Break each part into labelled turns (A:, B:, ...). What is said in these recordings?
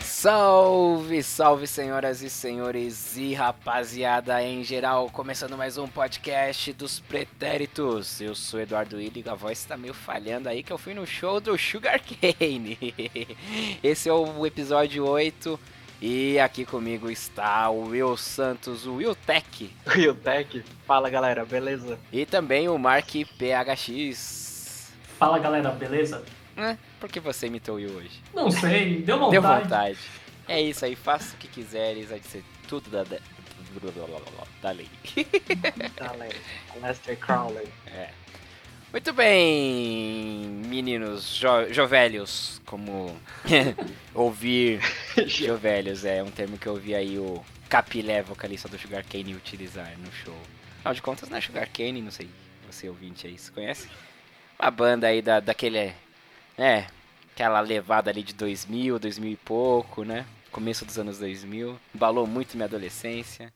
A: Salve, salve senhoras e senhores e rapaziada em geral, começando mais um podcast dos Pretéritos. Eu sou Eduardo Illigo, a voz tá meio falhando aí que eu fui no show do Sugar Cane. Esse é o episódio 8 e aqui comigo está o Will Santos, o Will Tech.
B: Will Tech, fala galera, beleza?
A: E também o Mark PHX.
C: Fala galera, beleza?
A: Né? Por que você imitou o Will hoje?
C: Não sei, deu vontade.
A: Deu vontade. É isso aí, faça o que quiseres, vai ser tudo da, da, da lei.
B: Da lei. Lester Crowley.
A: É. Muito bem, meninos, jo jovelhos, como ouvir jovelhos, é um termo que eu ouvi aí o Capilé, vocalista do Sugar Cane, utilizar no show. Afinal de contas, não é Sugar Cane, não sei, você ouvinte aí, se conhece? Uma banda aí da, daquele é, aquela levada ali de 2000, 2000 e pouco, né? Começo dos anos 2000. Embalou muito minha adolescência.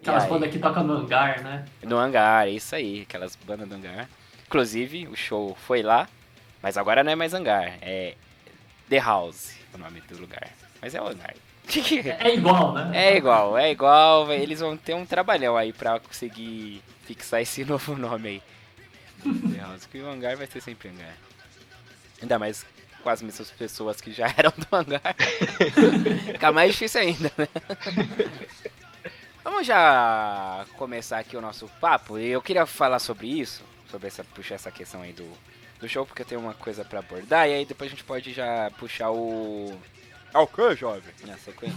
C: Aquelas bandas que tocam no hangar, né?
A: No hangar, é isso aí, aquelas bandas do hangar. Inclusive, o show foi lá, mas agora não é mais hangar, é The House, o nome do lugar. Mas é o hangar.
C: É igual, né?
A: É igual, é igual. Eles vão ter um trabalhão aí pra conseguir fixar esse novo nome aí. The House, que o hangar vai ser sempre hangar. Ainda mais com as mesmas pessoas que já eram do hangar. Fica mais difícil ainda, né? Vamos já começar aqui o nosso papo. Eu queria falar sobre isso, sobre essa puxar essa questão aí do, do show, porque eu tenho uma coisa para abordar e aí depois a gente pode já puxar o
B: ao que, jovem?
A: na sequência.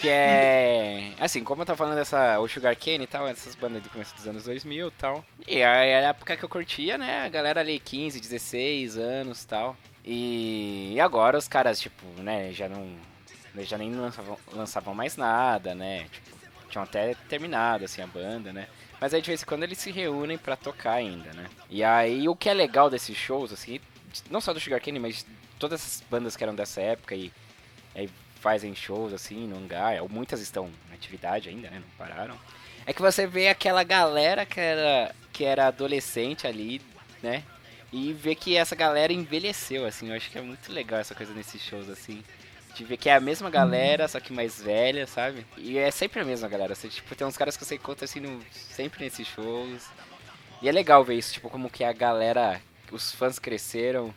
A: Que é. Assim, como eu tava falando dessa. O Sugar Cane e tal, essas bandas do começo dos anos 2000 e tal. E aí era a época que eu curtia, né? A galera ali, 15, 16 anos e tal. E, e agora os caras, tipo, né? Já não. Já nem lançavam, lançavam mais nada, né? Tipo, tinham até terminado, assim, a banda, né? Mas aí de vez em quando eles se reúnem pra tocar ainda, né? E aí o que é legal desses shows, assim. Não só do Sugar Cane, mas todas essas bandas que eram dessa época e. Aí fazem shows assim no hangar, ou muitas estão em atividade ainda, né? Não pararam. É que você vê aquela galera que era, que era adolescente ali, né? E vê que essa galera envelheceu, assim. Eu acho que é muito legal essa coisa nesses shows, assim. De ver que é a mesma galera, só que mais velha, sabe? E é sempre a mesma galera. Você, tipo, tem uns caras que você encontra assim no, sempre nesses shows. E é legal ver isso, tipo, como que a galera, os fãs cresceram.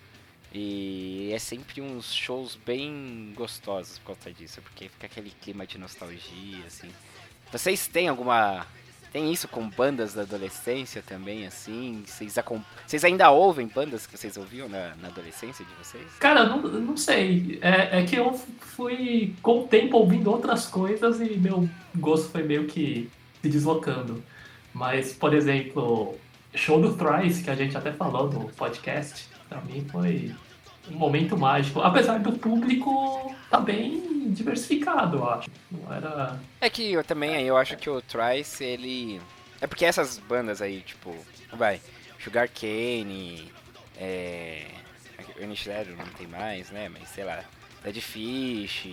A: E é sempre uns shows bem gostosos por conta disso, porque fica aquele clima de nostalgia, assim. Vocês têm alguma. Tem isso com bandas da adolescência também, assim? Vocês, acom... vocês ainda ouvem bandas que vocês ouviam na, na adolescência de vocês?
C: Cara, não, não sei. É, é que eu fui, com o tempo, ouvindo outras coisas e meu gosto foi meio que se deslocando. Mas, por exemplo, show do Thrice, que a gente até falou no podcast, pra mim foi um momento mágico. Apesar do público tá bem diversificado, eu acho. Não era.
A: É que eu também aí, eu acho que o Trice, ele. É porque essas bandas aí, tipo, vai, Sugar Cane, é. O NX Zero não tem mais, né? Mas sei lá, Dead Fish,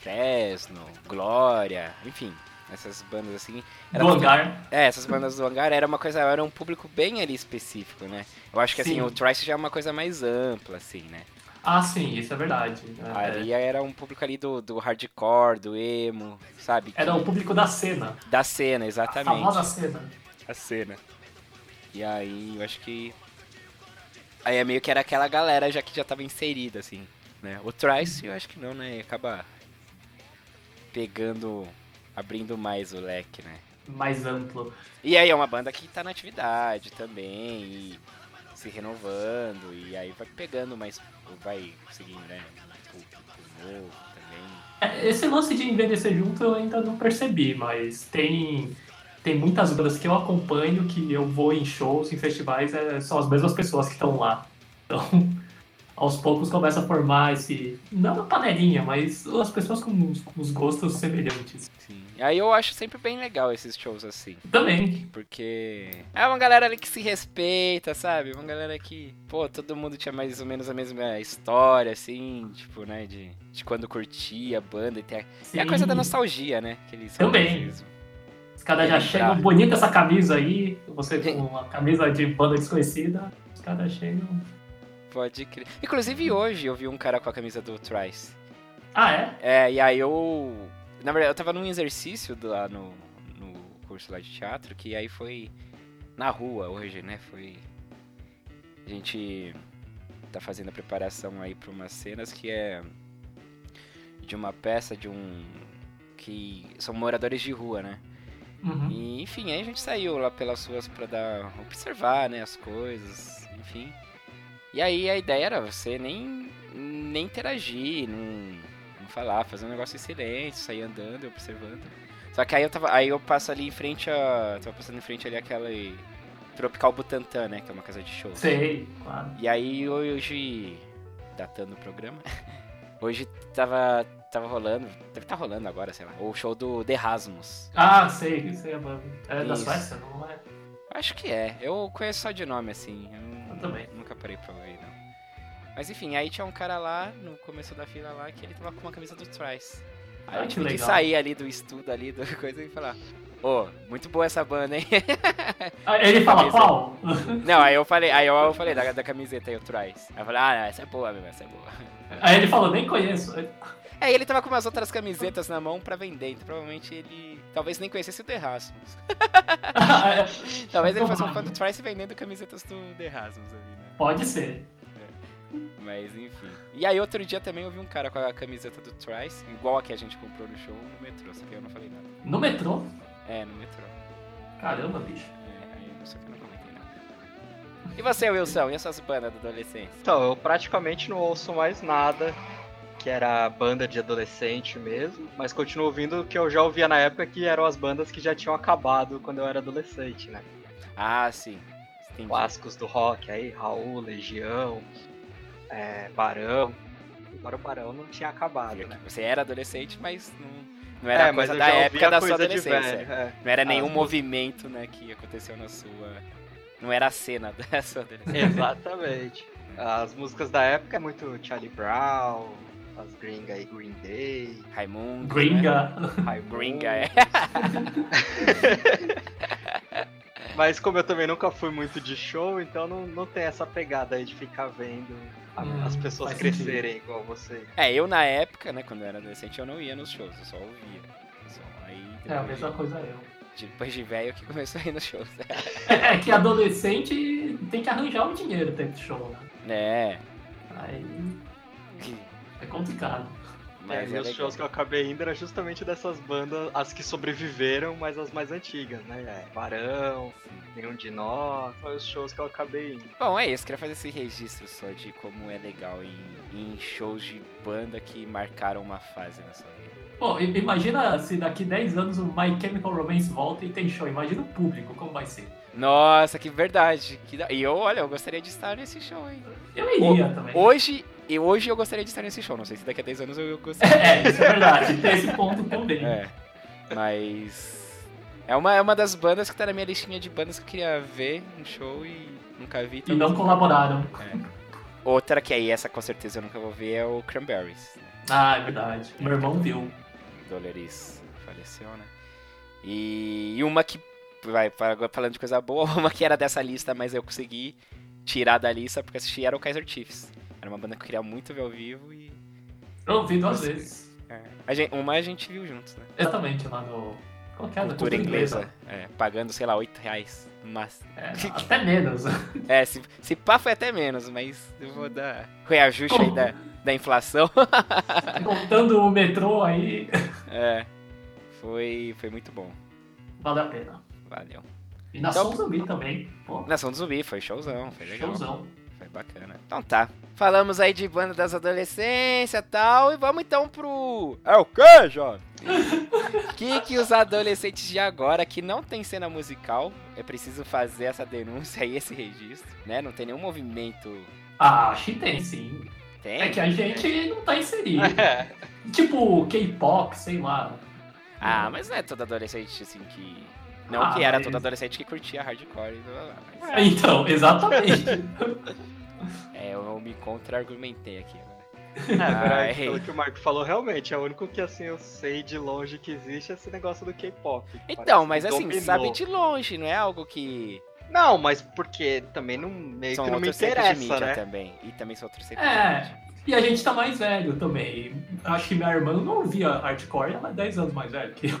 A: Fresno, Glória, enfim, essas bandas assim.
C: Do
A: muito-
C: hangar.
A: É, essas bandas do hangar era uma coisa, era um público bem ali específico, né? Eu acho que assim,
C: Sim.
A: o Trice já é uma coisa mais ampla, assim, né?
C: Ah, sim, isso é verdade. É,
A: Ali era um público ali do, do hardcore, do emo, sabe?
C: Era o público da cena.
A: Da cena,
C: A
A: exatamente.
C: famosa cena.
A: A cena. E aí, eu acho que. Aí é meio que era aquela galera já que já tava inserida, assim, né? O Trice, eu acho que não, né? Acaba pegando. abrindo mais o leque, né?
C: Mais amplo.
A: E aí é uma banda que tá na atividade também, e se renovando, e aí vai pegando mais. vai conseguindo, né? Um público novo também.
C: É, Esse lance de envelhecer junto eu ainda não percebi, mas tem, tem muitas bandas que eu acompanho, que eu vou em shows, em festivais, é, são as mesmas pessoas que estão lá. Então, aos poucos começa a formar esse. Não uma panelinha, mas as pessoas com os, com os gostos semelhantes.
A: Sim. Aí eu acho sempre bem legal esses shows assim.
C: Também.
A: Porque é uma galera ali que se respeita, sabe? Uma galera que, pô, todo mundo tinha mais ou menos a mesma história, assim, tipo, né? De, de quando curtia a banda e tem a, tem a
C: Sim.
A: coisa da nostalgia, né? Que eles
C: Também.
A: saudosismo.
C: Os caras já
A: Lembrar.
C: chegam bonita essa camisa aí, você com uma camisa de banda desconhecida, os caras chegam.
A: Pode crer. Inclusive hoje eu vi um cara com a camisa do Trice.
C: Ah, é?
A: É, e aí eu. Na verdade, eu tava num exercício do- lá no, no curso lá de teatro, que aí foi na rua hoje, né? Foi. A gente tá fazendo a preparação aí pra umas cenas que é de uma peça de um. que são moradores de rua, né?
C: Uhum.
A: E, enfim, aí a gente saiu lá pelas ruas pra dar, observar, né, as coisas, enfim. E aí a ideia era você nem, nem interagir, não, não falar, fazer um negócio em silêncio, sair andando, observando. Só que aí eu tava, aí eu passo ali em frente a, tava passando em frente ali àquela Tropical Butantan, né, que é uma casa de shows.
C: Sei, claro.
A: E aí hoje, datando o programa, hoje tava, tava rolando, deve tá rolando agora, sei lá, o show do The Rasmus.
C: Ah, sei, sei a banda. É da
A: Isso.
C: Suécia, não é?
A: Acho que é. Eu conheço só de nome, assim. Eu, nu-
C: Eu também.
A: Nunca parei pra ouvir, não. Mas enfim, aí tinha um cara lá, no começo da fila lá, que ele tava com uma camisa do Trice. Aí eu
C: Ah, que
A: tive que
C: legal.
A: sair ali do estudo ali, da coisa, e falar... Ô, muito boa essa banda, hein?
C: Ah, Ele fala
A: Camisa.
C: qual?
A: não, aí eu falei, aí eu, eu falei da, da camiseta aí, o Trice. Aí eu falei, ah, não, essa é boa, meu, essa é boa.
C: Aí Ah, ele falou, nem conheço.
A: Aí ele tava com umas outras camisetas na mão pra vender, então provavelmente ele talvez nem conhecesse o The Rasmus. Talvez ele fosse um fã do Trice vendendo camisetas do The Rasmus ali, né?
C: Pode ser.
A: Mas enfim. E aí outro dia também eu vi um cara com a camiseta do Trice, igual a que a gente comprou no show no metrô, só que eu não falei nada.
C: No metrô?
A: É, no metrô.
C: Caramba, bicho.
A: É, aí eu só que eu não comentei nada. E você, Wilson, e as suas bandas da adolescência?
B: Então, eu praticamente não ouço mais nada que era banda de adolescente mesmo, mas continuo ouvindo o que eu já ouvia na época que eram as bandas que já tinham acabado quando eu era adolescente, né?
A: Ah, sim. Entendi.
B: Clássicos do rock aí, Raul, Legião, é, Barão. Agora o Barão não tinha acabado, né?
A: Você era adolescente, mas não, não era
B: É, mas
A: coisa
B: eu
A: da
B: já
A: época
B: ouvia
A: da sua
B: coisa de
A: adolescência.
B: velho, é.
A: Não era
B: Ah,
A: nenhum
B: as
A: movimento, né, que aconteceu na sua. Não era a cena da sua adolescência.
B: Exatamente. As músicas da época é muito Charlie Brown, as gringa aí, Green Day,
A: Raimundo. né?
C: Gringa.
B: Raimundo.
A: Gringa, é.
B: Mas como eu também nunca fui muito de show, então não, não tem essa pegada aí de ficar vendo a-
C: Hum,
B: as pessoas
C: faz
B: crescerem igual você.
A: É, eu na época, né, quando eu era adolescente, eu não ia nos shows, eu só ouvia. Eu Só, aí
C: É a
A: depois,
C: mesma coisa eu.
A: de, depois de velho que começou a ir nos shows.
C: É que adolescente tem que arranjar o dinheiro dentro do show, né?
A: né?
C: Aí
A: Que-
C: é complicado.
A: Mas
B: e
A: é
B: os
A: legal.
B: shows que eu acabei indo era justamente dessas bandas, as que sobreviveram, mas as mais antigas, né? É, Barão, Nenhum de Nós, foi os shows que eu acabei indo.
A: Bom, é isso, queria fazer esse registro só de como é legal em, em shows de banda que marcaram uma fase na sua vida.
C: Pô, i- imagina se daqui 10 anos o My Chemical Romance volta e tem show. Imagina o público, como vai ser.
A: Nossa, que verdade. que da- E eu, olha, eu gostaria de estar nesse show, hein?
C: Eu iria também.
A: Hoje, e hoje eu gostaria de estar nesse show. Não sei se daqui a 10 anos eu eu gostaria.
C: É, isso é verdade. Tem esse ponto também.
A: É. Mas. É uma, é uma das bandas que tá na minha listinha de bandas que eu queria ver um show e nunca vi. então
C: E não colaboraram.
A: Outra que aí, essa com certeza eu nunca vou ver, é o Cranberries. né?
C: Ah, é verdade. Meu irmão viu.
A: Dolores faleceu, né? E, e uma que. Vai, agora falando de coisa boa, uma que era dessa lista, mas eu consegui tirar da lista porque assisti era o Kaiser Chiefs. Era uma banda que eu queria muito ver ao vivo e.
C: Eu ouvi duas vezes.
A: é. A gente- uma a gente viu juntos, né?
C: Exatamente, lá no. Qual que é? Na
A: Cultura inglesa.
C: então.
A: é, pagando, sei lá, 8 reais no máximo.
C: É, até menos.
A: É, se, se pá foi até menos, mas eu vou dar reajuste aí da, da inflação.
C: Contando o metrô aí,
A: É, foi, foi muito bom.
C: vale a pena.
A: Valeu.
C: E na
A: Então-
C: São Zumbi também. Pô,
A: Nação do Zumbi, foi showzão, foi legal.
C: showzão.
A: Foi bacana. Então tá. Falamos aí de banda das adolescência e tal, e vamos então pro...
B: É o que, jovem?
A: O que que os adolescentes de agora, que não tem cena musical, é preciso fazer essa denúncia e esse registro, né? Não tem nenhum movimento
C: Ah, acho que tem, sim.
A: Tem?
C: É que a gente não tá inserido.
B: É.
C: Tipo, K-pop, sei lá.
A: Ah, mas não é toda adolescente assim que. Não
C: Ah,
A: que era
C: mas-
A: toda adolescente que curtia hardcore. blá, blá, blá, mas-
C: Então, exatamente.
A: É, eu me contra-argumentei aqui.
B: É,
A: Ah,
B: peraí,
A: errei.
B: pelo que o Marco falou, realmente, é o único que assim eu sei de longe que existe esse negócio do K-pop.
A: Então,
B: Parece
A: mas
B: que
A: assim,
B: dominou.
A: sabe de longe, não é algo que.
B: Não, mas porque também não, meio
A: São
B: É que não me
A: outros tipos de
B: interessa,
A: mídia
B: né?
A: também. E também são outros tipos de
C: É.
A: mídia.
C: e a gente tá mais velho também. Acho que minha irmã não ouvia hardcore, ela é 10 anos mais velha que eu.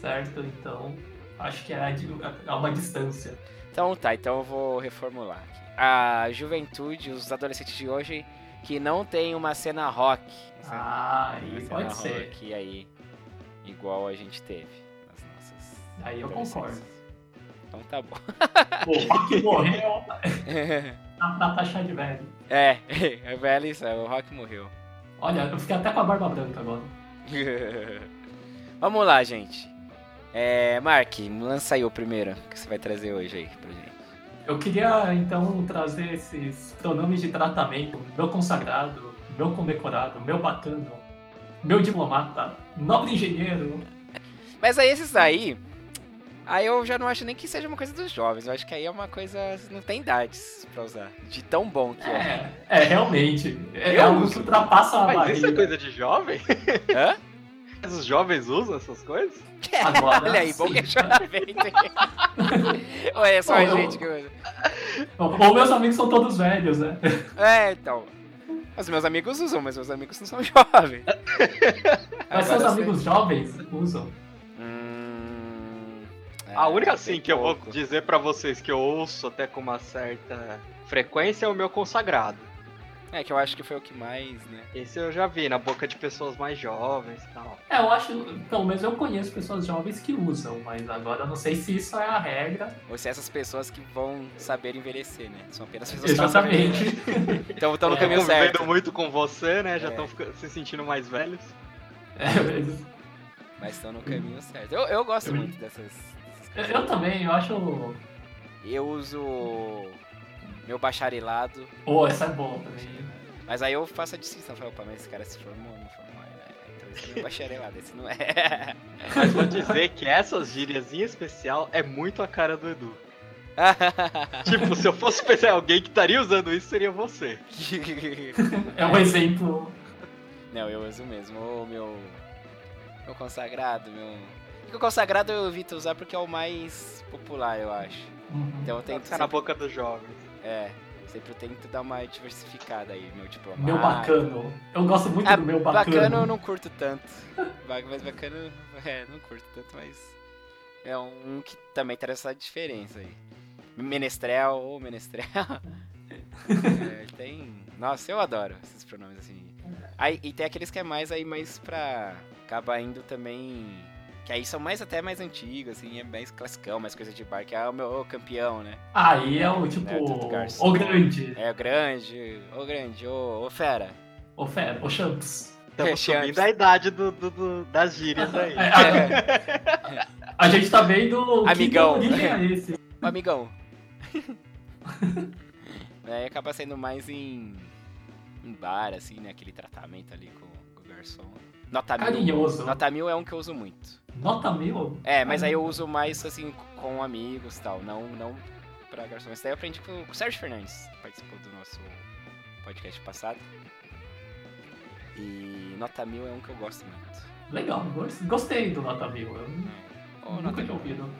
C: Certo? Então, acho que é, de- é uma distância.
A: Então tá, então eu vou reformular aqui. A juventude, os adolescentes de hoje que não tem uma cena rock. sabe?
C: Ah,
A: é Uma
C: aí
A: cena
C: pode ser.
A: rock aí, igual a gente teve nas nossas.
C: Aí eu
A: adolescências.
C: concordo.
A: Então tá bom.
C: O rock morreu na, na taxa de velho.
A: é, é velho isso, é, o rock morreu.
C: Olha, eu fiquei até com a barba branca agora.
A: Vamos lá, gente. É, Mark, lança aí o primeiro que você vai trazer hoje aí pra gente.
C: Eu queria então trazer esses pronomes de tratamento, meu consagrado, meu condecorado, meu bacano, meu diplomata, nobre engenheiro.
A: Mas aí esses daí, aí eu já não acho nem que seja uma coisa dos jovens. Eu acho que aí é uma coisa. Não tem idades pra usar. De tão bom que é.
C: É, é realmente. É
A: Eu
C: algo
A: uso.
C: que ultrapassa a
B: Mas isso é
C: barreira.
B: coisa de jovem?
A: Hã?
B: Mas Os jovens usam essas coisas?
C: Agora
A: Olha aí, bom
C: sim.
A: questionamento. Ou é só a
C: Bom,
A: gente que usa?
C: Ou ou meus amigos são todos velhos, né?
A: É, então. Os meus amigos usam, mas meus amigos não são jovens.
C: Mas
A: É, Agora
C: seus
A: você-
C: amigos jovens usam.
A: Hum, é,
B: A única,
A: bem
B: assim, que eu vou
A: pouco.
B: dizer pra vocês que eu ouço até com uma certa frequência é o meu consagrado.
A: É, que eu acho que foi o que mais, né?
B: Esse eu já vi na boca de pessoas mais jovens e tal.
C: É, eu acho, pelo menos eu conheço pessoas jovens que usam, mas agora eu não sei se isso é a regra.
A: Ou se essas pessoas que vão saber envelhecer, né? São apenas pessoas que vão saber
C: Exatamente.
A: envelhecer. Então estão no
B: É,
A: caminho
B: convivendo
A: certo.
B: muito com você, né? Já
A: É.
B: estão se sentindo mais velhos.
C: É, mas
A: Mas estão no caminho certo. Eu, eu gosto
C: Eu-
A: muito dessas, dessas
C: Eu,
A: coisas.
C: É, eu também, eu acho.
A: Eu uso meu bacharelado,
C: Oh, essa é boa também.
A: mas aí eu faço a distinção. Falo, opa, mas esse cara se formou, não formou. É, Então esse é meu bacharelado, esse não é.
B: Mas vou dizer que essas gírias em especial é muito a cara do Edu. Tipo, se eu fosse pensar em alguém que estaria usando isso, seria você.
C: É um exemplo.
A: não, eu uso mesmo. O meu. Meu consagrado, meu. O é consagrado eu evito usar porque é o mais popular, eu acho.
C: Uhum.
A: Então eu tento.
B: Ficar Tá na
A: sempre-
B: boca dos jovens.
A: É, sempre eu tento dar uma diversificada aí, meu diploma.
C: Meu bacano. Eu gosto muito
A: Ah,
C: do meu bacano.
A: Bacana eu não curto tanto. Ba- Mas bacana, é, não curto tanto, mas é um que também traz essa diferença aí. Menestrel ou menestrel. É, tem. Nossa, eu adoro esses pronomes assim. Aí, e tem aqueles que é mais aí, mais pra. Acaba indo também. Que aí são mais até mais antigos, assim, é mais classicão, mais coisa de bar, que é o meu ô, campeão, né?
C: Aí é o tipo.
A: É, Dudu Garcia.
C: o grande.
A: É o grande, ô grande, ô, ô fera.
C: O fera. O champs.
B: Estamos
A: Fechamos.
B: subindo a idade do- do- do- das gírias aí.
C: É, a, a gente tá vendo.
A: Amigão.
C: Que origem é esse?
A: Ô, amigão. Aí acaba sendo mais em, em bar, assim, né? Aquele tratamento ali com, com o garçom. Nota mil.
C: Carinhoso.
A: Nota mil é um que eu uso muito.
C: Nota mil?
A: É, mas aí eu uso mais, assim, com amigos e tal. Não, não pra garçom. Mas daí eu aprendi com o Sérgio Fernandes, que participou do nosso podcast passado. E nota mil é um que eu gosto muito.
C: Legal, gost- gostei do nota mil. Eu
A: Ô, nota
C: nunca
A: mil.
C: tinha ouvido.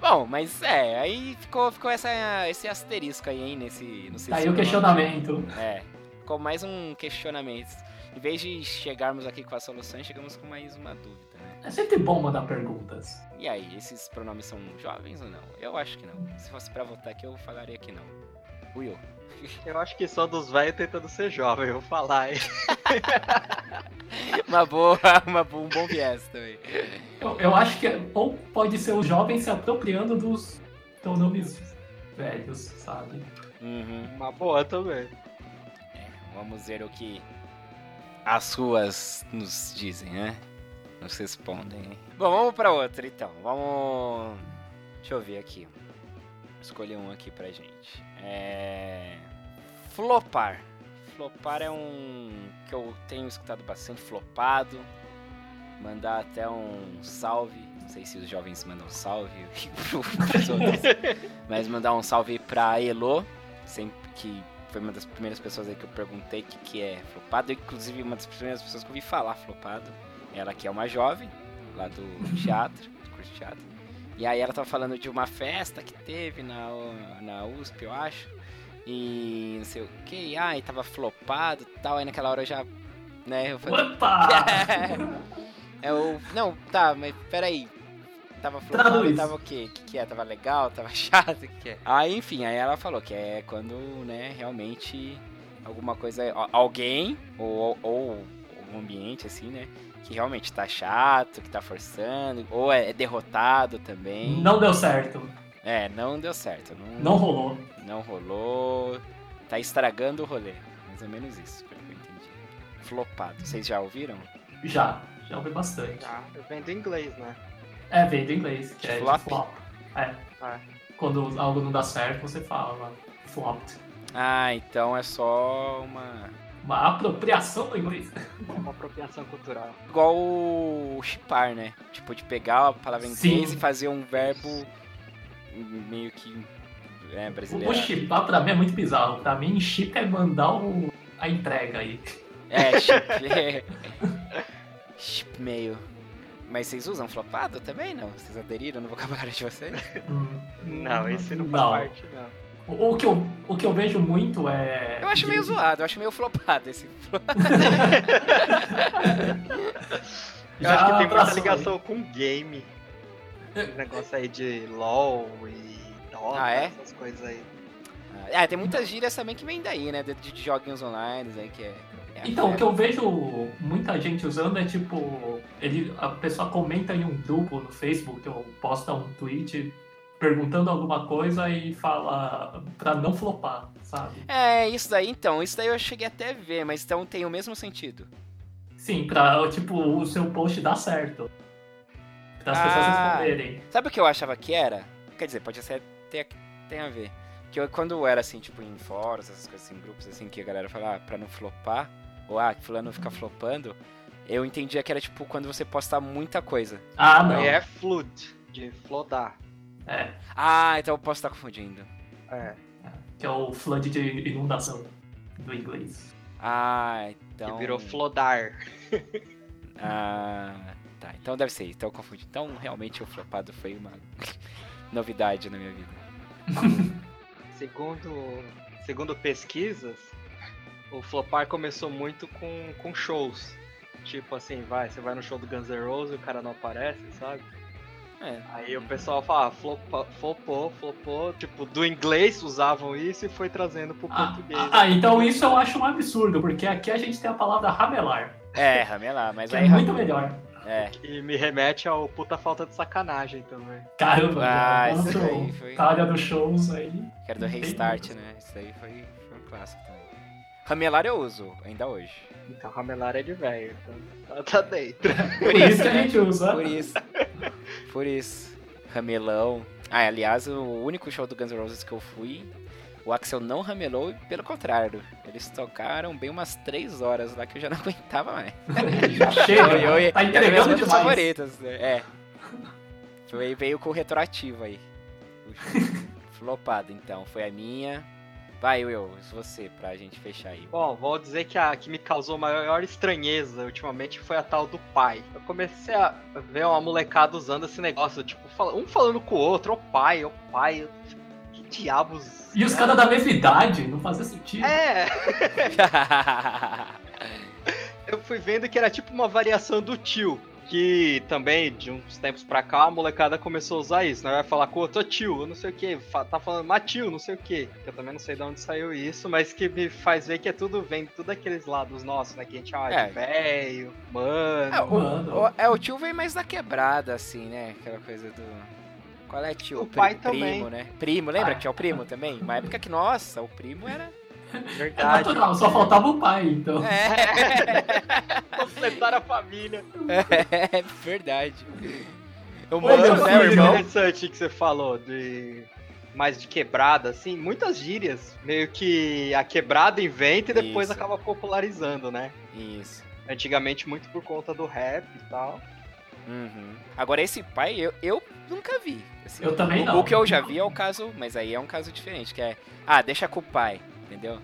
A: Bom, mas é, aí ficou, ficou essa, esse asterisco aí, hein, nesse... Não sei
C: Tá
A: se
C: aí o
A: nome.
C: questionamento.
A: É, ficou mais um questionamento. Em vez de chegarmos aqui com a solução, chegamos com mais uma dúvida, né?
C: É sempre bom mandar perguntas.
A: E aí, esses pronomes são jovens ou não? Eu acho que não. Se fosse pra votar aqui, eu falaria que não. Will.
B: Eu acho que só dos velhos tentando ser jovem, eu vou falar, hein?
A: Uma boa, uma, bo- um bom viés também.
C: Eu, eu acho que é- ou pode ser o jovem se apropriando dos pronomes velhos, sabe?
A: Uhum.
B: Uma boa também.
A: Vamos ver o que as suas nos dizem, né? Nos respondem. hein? Bom, vamos pra outra então. Vamos. Deixa eu ver aqui. Escolher um aqui pra gente. É. Flopar. Flopar é um que eu tenho escutado bastante, flopado. Mandar até um salve. Não sei se os jovens mandam salve, os outros. mas mandar um salve pra Elo, sempre que foi uma das primeiras pessoas aí que eu perguntei o que, que é flopado. Inclusive, uma das primeiras pessoas que eu vi falar flopado. Ela que é uma jovem, lá do teatro, do curso de teatro. E aí ela tava falando de uma festa que teve na, na USP, eu acho. E não sei o que, ah, e tava flopado e tal. Aí naquela hora eu já. Né, eu falei.
C: Opa!
A: É o. Não, tá, mas peraí. Tava
C: Tá,
A: flopado,
C: Traduz.
A: tava o quê? O que, que é? Tava legal? Tava chato? O que, que é? Aí, enfim, aí ela falou que é quando, né, realmente alguma coisa. al- Alguém, ou, ou um ambiente, assim, né? Que realmente tá chato, que tá forçando, ou é, é derrotado também.
C: Não deu certo.
A: É, não deu certo. Não,
C: Não rolou.
A: não rolou. Tá estragando o rolê. Mais ou menos isso, pelo que eu entendi. Flopado. Vocês já ouviram?
C: Já. Já ouvi bastante.
B: Ah, eu vendo em inglês, né?
C: É, vem do inglês, que é de
A: Flop.
C: flop. É.
B: Ah.
C: Quando algo não dá certo, você fala flopped.
A: Ah, então é só uma.
C: Uma apropriação do inglês.
B: É uma apropriação cultural.
A: Igual o chipar, né? Tipo, de pegar a palavra em
C: Sim.
A: inglês e fazer um verbo meio que é,
C: O, o
A: brasileiro.
C: chipar pra mim é muito bizarro. Pra mim, chip é mandar o- a entrega aí.
A: É, chip. chip meio. Mas vocês usam flopado também, não? Vocês aderiram no vocabulário de vocês?
C: Hum.
B: Não, esse não faz
C: Não.
B: parte, não.
C: O, o que eu, o que eu vejo muito é.
A: Eu acho
C: de-
A: meio zoado, eu acho meio flopado esse. flo-
B: Eu acho que tem muita
C: abraçou,
B: ligação com game. Esse negócio aí de LOL e Dota,
A: Ah, é?
B: essas coisas aí.
A: Ah, tem muitas gírias também que vem daí, né? De, de joguinhos online, aí que é. é
C: Então, o
A: é-
C: que eu vejo muita gente usando é tipo, ele, a pessoa comenta em um grupo no Facebook ou posta um tweet perguntando alguma coisa e fala pra não flopar, sabe?
A: É, isso daí então, isso daí eu cheguei até a ver, mas então tem o mesmo sentido.
C: Sim, pra tipo, o seu post dar certo. Pra as pessoas
A: Ah.
C: responderem.
A: Sabe o que eu achava que era? Quer dizer, pode ser ter, tem a ver. Que eu, quando eu era assim, tipo, em fóruns, essas coisas assim, grupos assim, que a galera fala, ah, pra não flopar, ou ah, que fulano fica flopando, eu entendia que era tipo quando você postar muita coisa.
C: Ah, não.
B: E é flood, de flodar.
C: É,
A: Ah, então eu posso estar confundindo.
B: É,
C: que é o flood de inundação do inglês.
A: Ah, então.
B: que virou flodar.
A: Ah, tá. Então deve ser, então eu confundi. Então realmente o flopado foi uma novidade na minha vida.
B: Segundo, segundo pesquisas, o flopar começou muito com, com shows. Tipo assim, vai, você vai no show do Guns N' Roses e o cara não aparece, sabe?
A: É.
B: Aí
C: Uhum.
B: o pessoal fala, ah, flopa, flopou, flopou. Tipo, do inglês usavam isso e foi trazendo pro
C: Ah,
B: português.
C: ah, ah, então isso eu acho um absurdo, porque aqui a gente tem a palavra ramelar,
A: É, ramelar, mas
C: que
A: aí.
C: é muito melhor.
A: É.
B: E me remete ao puta falta de sacanagem também.
C: Caramba,
A: Ah,
C: cara,
A: isso
C: nossa,
A: aí foi-
C: Calha dos shows aí.
A: Quero do
C: Bem
A: restart, né? Isso daí foi, foi um clássico também. Ramelar eu uso, ainda hoje.
B: Então, ramelar é de velho, então tá, tá dentro.
C: Por isso que a gente
A: né?
C: usa.
A: Por isso. Por isso. Ramelão. Ah, aliás, o único show do Guns N' Roses que eu fui, o Axel não ramelou e pelo contrário. Eles tocaram bem umas três horas lá que eu já não aguentava mais.
C: Já chega.
A: Eu- eu-
C: tá
A: era minhas
C: entregando
A: bandas
C: demais.
A: favoritas, né? É. Foi, veio com retroativo aí. Puxa. Flopado, então. Foi a minha. Vai, Will, você, pra gente fechar aí.
B: Bom, vou dizer que a que me causou maior estranheza ultimamente foi a tal do pai. Eu comecei a ver uma molecada usando esse negócio, tipo, fala- um falando com o outro, ô pai, ô pai, eu- que diabos.
C: E os caras da mesma idade, não fazia sentido.
B: É, eu fui vendo que era tipo uma variação do tio. Que também, de uns tempos pra cá, a molecada começou a usar isso, né? Vai falar com o outro "Ô, tio, eu não sei o que, tá falando Matil, não sei o que. Eu também não sei de onde saiu isso, mas que me faz ver que é tudo, vem tudo aqueles lados nossos, né? Que a gente chama
A: É.
B: de velho, mano.
A: É, o,
C: Mano.
A: o- é, o tio vem mais da quebrada, assim, né? Aquela coisa do. Qual é tio?
B: O pai
A: Primo,
B: também.
A: né? Primo, lembra
C: Pai.
A: que tinha o primo também? Uma época que, nossa, o primo era.
C: É
B: Verdade.
C: natural, só faltava o pai, então.
B: Completar a família.
A: É, é verdade. O
C: meu
A: mano, né, o
C: filho.
A: irmão?
B: interessante que você falou de mais de quebrada, assim, muitas gírias. Meio que a quebrada inventa e depois
A: Isso.
B: acaba popularizando, né?
A: Isso.
B: Antigamente muito por conta do rap e tal.
A: Uhum. Agora, esse pai, eu, eu nunca vi. assim.
C: Eu também
A: o,
C: não.
A: O que eu já vi é o caso, mas aí é um caso diferente, que é, ah, deixa com o pai, entendeu?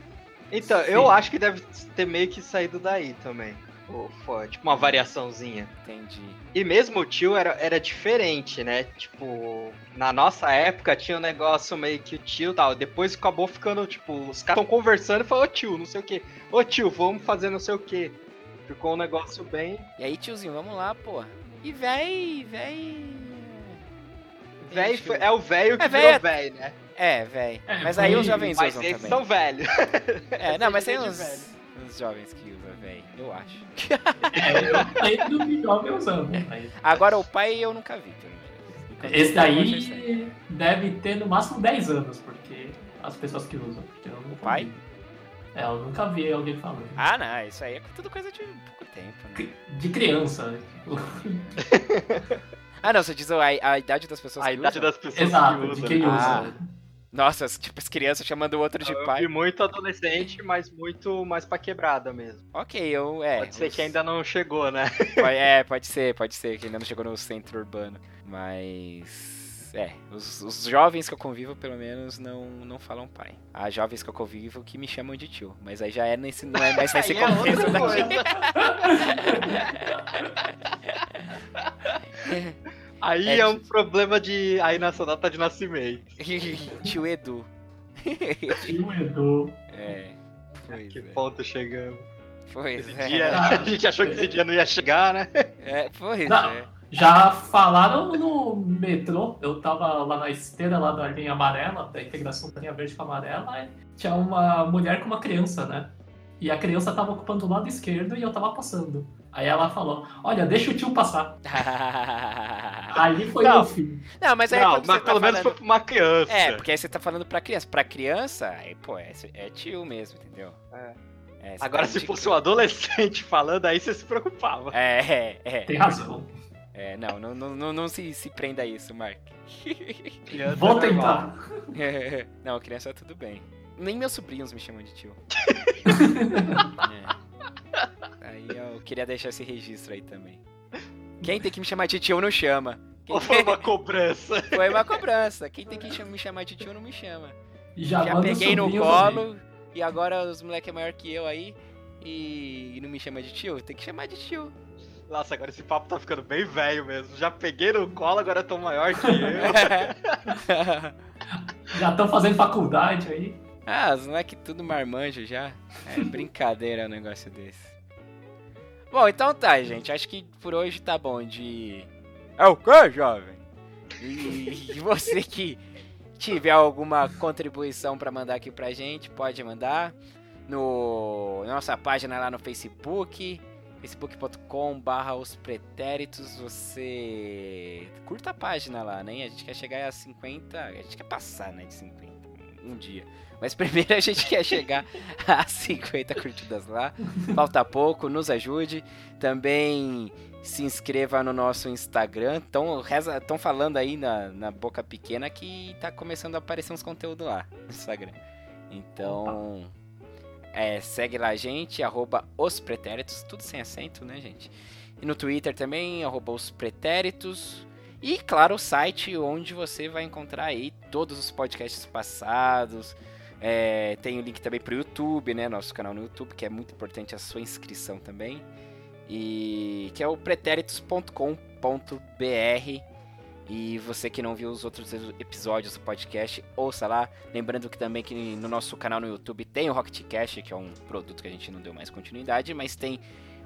B: Então,
C: Sim.
B: eu acho que deve ter meio que saído daí também. Ou foi, tipo uma variaçãozinha.
A: Entendi.
B: E mesmo o tio era, era diferente, né? Tipo, na nossa época tinha um negócio meio que o tio e tal. Depois acabou ficando, tipo, os caras estão conversando e falam, ô tio, não sei o quê. Ô tio, vamos fazer não sei o quê. Ficou um negócio bem.
A: E aí, tiozinho, vamos lá, pô. E véi, véi...
B: Véi,
A: tio.
B: foi- é o velho que
A: É
B: virou
A: véia-
B: velho, né?
A: É, véi.
C: É,
A: mas aí
C: foi-
A: os jovens
B: Mas
A: usam
B: eles
A: também.
B: são velhos.
A: É, não, mas tem
B: gente
A: uns,
B: velha.
A: uns jovens que usam, véi, eu acho.
C: É, eu lembro de jovem usando. mas-
A: Agora, o pai eu nunca vi, pelo menos. Nunca vi.
C: Esse
A: Eu achei estranho.
C: daí deve ter no máximo 10 anos, porque as pessoas que usam. porque eu nunca
A: pai?
C: vi. É, eu nunca vi alguém falando.
A: Ah, não, isso aí é tudo coisa de pouco tempo, né?
C: Cri- De criança, né? Tipo,
A: Ah, não, você diz a, a idade das pessoas
B: A
A: que
B: idade
A: usam?
B: das pessoas que né?
C: Exato, de
B: usam.
C: quem
A: Ah,
C: usa.
A: Nossa, as- tipo, as crianças chamando o outro de
B: Ah, Eu
A: pai.
B: vi muito adolescente, mas muito mais pra quebrada mesmo.
A: Ok, eu. É,
B: Pode ser
A: os-
B: que ainda não chegou, né?
A: pode- é, pode ser, pode ser, que ainda não chegou no centro urbano. Mas. É, os, os jovens que eu convivo, pelo menos, não, não falam pai. Há jovens que eu convivo que me chamam de tio. Mas aí já é nesse, não é mais nesse
B: Aí é outra
A: contexto da
B: coisa. Aí
A: É,
B: é, um problema de. Aí nessa data de nascimento.
A: Tio Edu.
C: Tio Edu.
A: É. Pois
B: que
A: é.
B: ponto chegamos?
A: Pois
B: Esse
A: é.
B: dia. A gente achou que esse dia não ia chegar, né?
A: É, pois
C: Não.
A: é.
C: Já falaram no metrô, eu tava lá na esteira lá da linha amarela, da integração da linha verde com a amarela, e tinha uma mulher com uma criança, né? E a criança tava ocupando o lado esquerdo e eu tava passando. Aí ela falou, olha, deixa o tio passar. Ali foi
B: Não.
C: o fim.
A: Não, mas aí
B: não,
A: quando
B: mas
A: você tá
B: pelo menos
A: falando-
B: foi pra uma criança.
A: É, porque aí você tá falando pra criança. Pra criança, aí, pô, é, é tio mesmo, entendeu?
B: É.
A: É, você
B: Agora,
A: tá
B: se
A: indi-
B: fosse um adolescente falando, aí você se preocupava.
A: É, é, é.
C: Tem razão.
A: É, não, não, não, não, não se, se prenda a isso, Mark.
B: Criança
C: Vou
A: Tá
B: é normal.
C: tentar.
A: não, criança tudo bem. Nem meus sobrinhos me chamam de tio. É. Aí eu queria deixar esse registro aí também. Quem tem que me chamar de tio não chama. Quem
B: Ou foi uma cobrança?
A: Foi uma cobrança. Quem tem que cham- me chamar de tio não me chama.
C: Já,
A: Já
C: manda o
A: peguei no
C: sobrinho
A: colo e agora os moleque é maior que eu aí e, e não me chama de tio, tem que chamar de tio.
B: Nossa, agora esse papo tá ficando bem velho mesmo. Já peguei no colo, agora eu tô maior que eu.
C: também. Já estão fazendo faculdade aí.
A: ah, os moleque tudo marmanjo já. É brincadeira um negócio desse. Bom, então tá, gente. Acho que por hoje tá bom de. É o que, jovem? E, e você que tiver alguma contribuição pra mandar aqui pra gente, pode mandar no na nossa página lá no Facebook, facebook.com/barra os pretéritos. Você curta a página lá, né? A gente quer chegar a 50, a gente quer passar, né, de 50 um dia. Mas primeiro a gente quer chegar a 50 curtidas lá. Falta pouco, nos ajude. Também se inscreva no nosso Instagram. Estão falando aí na, na boca pequena que tá começando a aparecer uns conteúdos lá no Instagram. Então, é, segue lá a gente, arroba os pretéritos, tudo sem acento, né, gente? E no Twitter também, arroba os pretéritos. E, claro, o site onde você vai encontrar aí todos os podcasts passados. É, tem o link também pro YouTube, né? Nosso canal no YouTube, que é muito importante a sua inscrição também. E que é o pretéritos.com.br. E você que não viu os outros episódios do podcast, ouça lá. Lembrando que também que no nosso canal no YouTube tem o Rocket Cash, que é um produto que a gente não deu mais continuidade, mas tem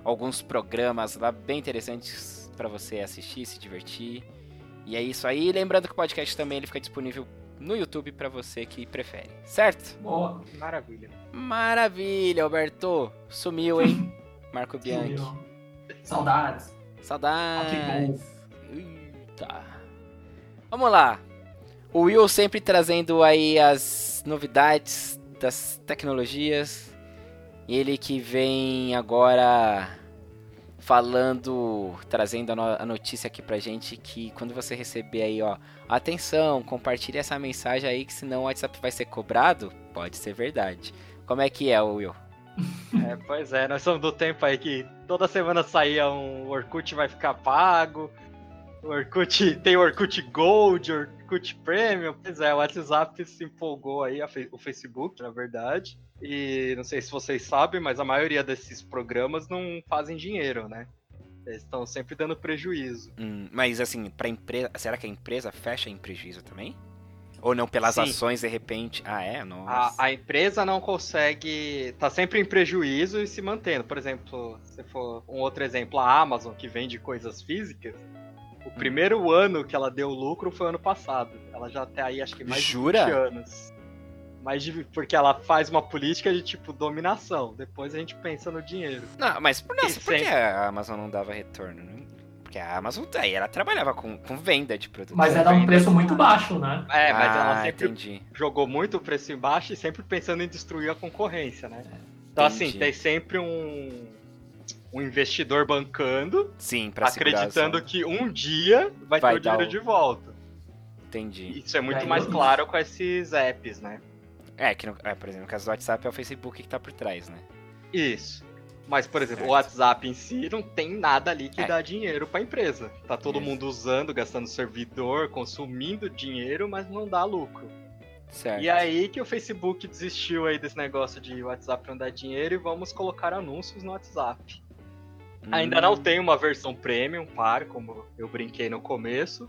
A: alguns programas lá bem interessantes para você assistir, se divertir. E é isso aí. Lembrando que o podcast também ele fica disponível no YouTube para você que prefere, certo?
C: Boa.
B: Maravilha.
A: Maravilha, Alberto. Sumiu, hein? Marco Bianchi.
C: Saudades.
A: Saudades.
C: Ah, que
A: Eita. Vamos lá. O Will sempre trazendo aí as novidades das tecnologias. Ele que vem agora falando, trazendo a, no a notícia aqui pra gente que quando você receber aí, ó, atenção, compartilhe essa mensagem aí que senão o WhatsApp vai ser cobrado, pode ser verdade. Como é que é, Will?
B: É, pois é, nós somos do tempo aí que toda semana saía um Orkut vai ficar pago, Orkut tem Orkut Gold, Orkut Premium, pois é, o WhatsApp se empolgou aí, fe o Facebook, na verdade. E não sei se vocês sabem, mas a maioria desses programas não fazem dinheiro, né? Eles estão sempre dando prejuízo.
A: Hum, mas assim, para empresa, será que a empresa fecha em prejuízo também? Ou não pelas
B: Sim.
A: ações de repente? Ah, é,
B: A,
A: nossa.
B: a empresa não consegue. tá sempre em prejuízo e se mantendo. Por exemplo, se for um outro exemplo, a Amazon, que vende coisas físicas, o
A: Hum.
B: primeiro ano que ela deu lucro foi ano passado. Ela já tá aí, acho que mais
A: Jura?
B: de 20 anos. Mais de, porque ela faz uma política de tipo dominação. Depois a gente pensa no dinheiro.
A: Não, mas por, nossa, por que
B: sempre-
A: a Amazon não dava retorno? né? Porque a Amazon tá aí, ela trabalhava com, com venda de produtos.
C: Mas era um preço muito baixo, né?
B: É, mas
A: ah,
B: ela sempre
A: entendi.
B: jogou muito o preço embaixo e sempre pensando em destruir a concorrência, né? Então, assim,
A: É. Entendi.
B: tem sempre um, um investidor bancando,
A: Sim, pra segurar as
B: acreditando
A: ondas.
B: que um dia vai,
A: Vai
B: ter o
A: dar
B: dinheiro
A: o-
B: de volta.
A: Entendi.
B: Isso é muito
C: Aí
B: mais
C: eu-
B: claro com esses apps, né?
A: É, que no, é, por exemplo, no caso do WhatsApp é o Facebook que tá por trás, né?
B: Isso. Mas, por exemplo,
A: Certo.
B: o WhatsApp em si não tem nada ali que
A: É.
B: dá dinheiro pra empresa. Tá todo
A: Isso.
B: mundo usando, gastando servidor, consumindo dinheiro, mas não dá lucro.
A: Certo.
B: E aí que o Facebook desistiu aí desse negócio de WhatsApp não dar dinheiro e vamos colocar anúncios no WhatsApp. Ainda
A: Hum.
B: não tem uma versão premium, par, como eu brinquei no começo.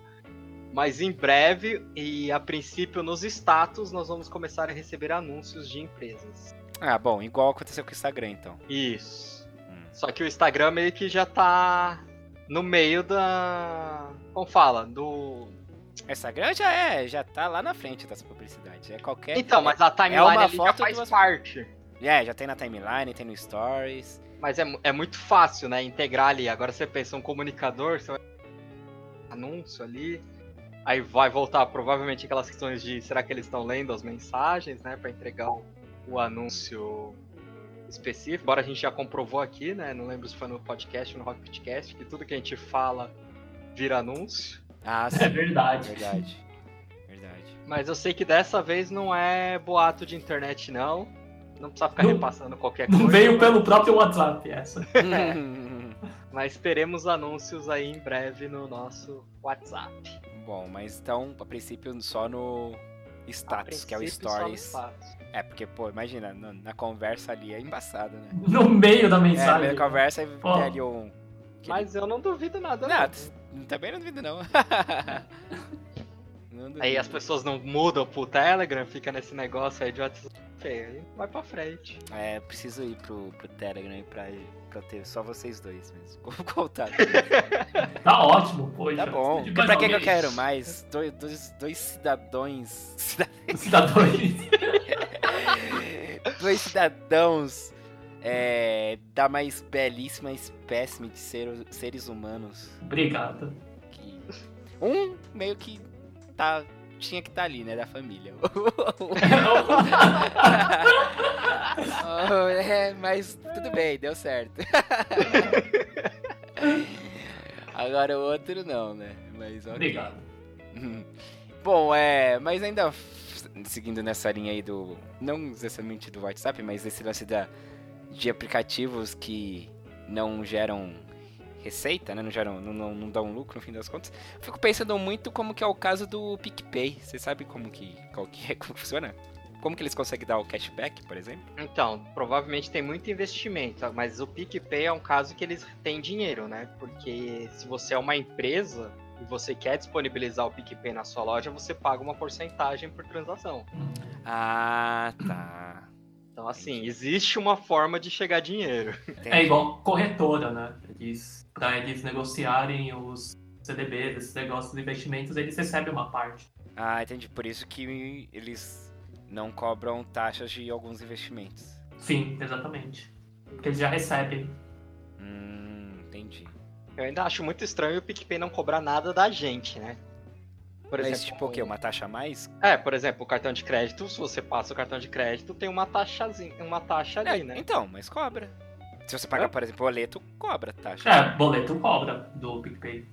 B: Mas em breve, e a princípio nos status, nós vamos começar a receber anúncios de empresas.
A: Ah, bom, igual aconteceu com o Instagram, então.
B: Isso.
A: Hum.
B: Só que o Instagram meio que já tá no meio da. Como fala? Do.
A: O Instagram já é, já tá lá na frente das publicidades. É qualquer.
B: Então, mas a timeline
A: uma
B: ali já
A: foto e
B: faz
A: duas-
B: parte.
A: É, já tem na timeline, tem no Stories.
B: Mas é, mu- é muito fácil, né? Integrar ali. Agora você pensa um comunicador, você vai. Anúncio ali. Aí vai voltar provavelmente aquelas questões de será que eles estão lendo as mensagens, né? Pra entregar o, o anúncio específico. Embora a gente já comprovou aqui, né? Não lembro se foi no podcast ou no Rocketcast, que tudo que a gente fala vira anúncio.
A: Ah,
C: É
A: sim.
C: verdade.
A: Verdade. Verdade.
B: Mas eu sei que dessa vez não é boato de internet, não. Não precisa ficar
C: Não-
B: repassando qualquer coisa.
C: Não veio pelo próprio WhatsApp essa.
B: Mas teremos anúncios aí em breve no nosso WhatsApp.
A: bom, mas então, a princípio, só no
B: A
A: status, que é o
B: princípio, só no
A: Stories.
B: status.
A: É, porque, pô, imagina, na, na conversa ali é embaçado, né?
C: No meio da
A: É, na
C: mensagem.
A: primeira conversa aí
C: Ó.
A: tem ali um. que ele-
B: Mas eu não duvido nada. né?
A: Não,
B: Não.
A: t- também não duvido, não. Não duvido.
B: Aí as pessoas não mudam pro Telegram, fica nesse negócio aí de WhatsApp. Aí vai pra frente.
A: É, preciso ir pro, pro Telegram pra, pra eu ter só vocês dois mesmo. Como contato.
C: Tá ótimo, poxa.
A: Tá bom.
C: Precisa de
A: Pra
C: mais
A: que, que eu
C: alguém.
A: quero mais? Dois, dois, dois cidadões. cida-
C: tá Cidadões.
A: dois cidadãos é, da mais belíssima espécime de ser- seres humanos.
C: Obrigado.
A: Que um meio que tá, tinha que estar tá ali, né? Da família. Oh, é, mas tudo bem, deu certo. Agora o outro não, né? Mas ok.
C: Obrigado.
A: Bom, é, mas ainda f- seguindo nessa linha aí do. Não exatamente do WhatsApp, mas desse lance da, de aplicativos que não geram receita, né? Não geram. Não, não, não dão lucro no fim das contas. Fico pensando muito como que é o caso do PicPay. Você sabe como que. Qual que é, como que funciona? Como que eles conseguem dar o cashback, por exemplo?
B: Então, provavelmente tem muito investimento, mas o PicPay é um caso que eles têm dinheiro, né? Porque se você é uma empresa e você quer disponibilizar o PicPay na sua loja, você paga uma porcentagem por transação.
A: Ah, tá.
B: Então, assim, existe uma forma de chegar dinheiro.
C: É igual corretora, né? Eles, pra eles negociarem os CDBs, esses negócios de investimentos, eles recebem uma parte.
A: Ah, entendi. Por isso que eles não cobram taxas de alguns investimentos.
C: Sim, exatamente. Porque eles já recebem.
A: Hum, entendi.
B: Eu ainda acho muito estranho o PicPay não cobrar nada da gente, né? Por
A: Mas
B: exemplo,
A: tipo o quê? Uma taxa a mais?
B: É, por exemplo, o cartão de crédito, se você passa o cartão de crédito, tem uma taxazinha, uma taxa ali,
A: É,
B: né?
A: Então, mas cobra. Se você pagar, por exemplo, boleto, cobra taxa.
C: É, boleto cobra do PicPay.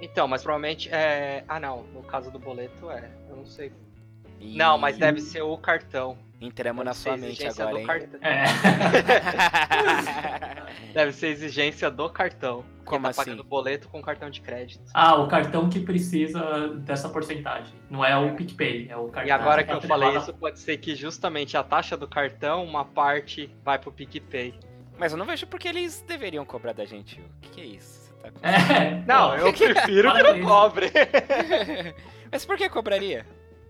B: Então, mas provavelmente é. Ah, não. No caso do boleto é. Eu não sei. Não, mas deve ser o cartão.
A: Entramos na
B: Deve ser
A: sua mente
B: exigência
A: agora,
B: do
A: hein? É.
B: cartão.
C: É.
B: Deve ser exigência do cartão. Porque
A: Como
B: tá
A: assim?
B: pagando boleto com cartão de crédito.
C: Ah, o cartão que precisa dessa porcentagem. Não é o PicPay, é o cartão.
B: E agora que
C: tá
B: eu falei
C: atrelado-
B: isso, pode ser que justamente a taxa do cartão, uma parte vai pro PicPay.
A: Mas eu não vejo porque eles deveriam cobrar da gente. O que, que é isso? Você tá com-
C: É.
B: Não,
C: Ó,
B: eu prefiro que
C: Olha
B: eu
C: isso.
B: cobre.
A: Mas por que cobraria?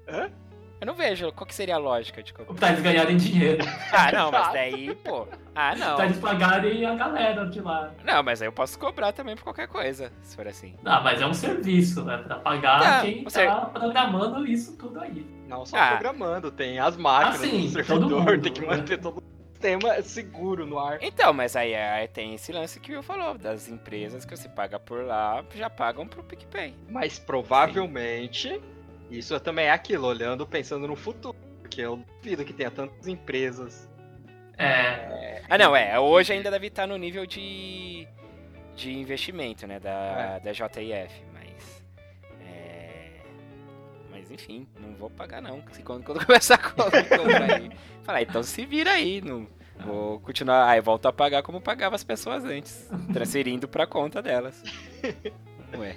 B: Hã?
A: Eu não vejo qual que seria a lógica de cobrar.
C: Pra eles ganharem dinheiro.
A: Ah, não, mas daí, pô. Ah, não.
C: Pra eles pagarem a galera de lá.
A: Não, mas aí eu posso cobrar também por qualquer coisa, se for assim.
C: Ah, mas é um serviço, né? Pra pagar
A: Tá,
C: quem
A: você-
C: tá programando isso tudo aí.
B: Não só
A: Ah.
B: programando, tem as máquinas,
C: Ah, sim,
B: o
C: todo
B: servidor,
C: mundo,
B: tem que
C: né?
B: manter todo o sistema seguro no ar.
A: Então, mas aí, aí tem esse lance que o Will falou, das empresas que você paga por lá, já pagam pro PicPay.
B: Mas provavelmente, isso também é aquilo, olhando, pensando no futuro. Porque eu duvido que tenha tantas empresas.
C: É.
A: Ah, não, é. Hoje ainda deve estar no nível de, de investimento, né? Da, da JIF, mas. É, mas enfim, não vou pagar não. Se quando, quando começar a compra, compra aí. Falar, então se vira aí. Não, vou continuar. Aí volto a pagar como pagava as pessoas antes. Transferindo pra conta delas. Ué.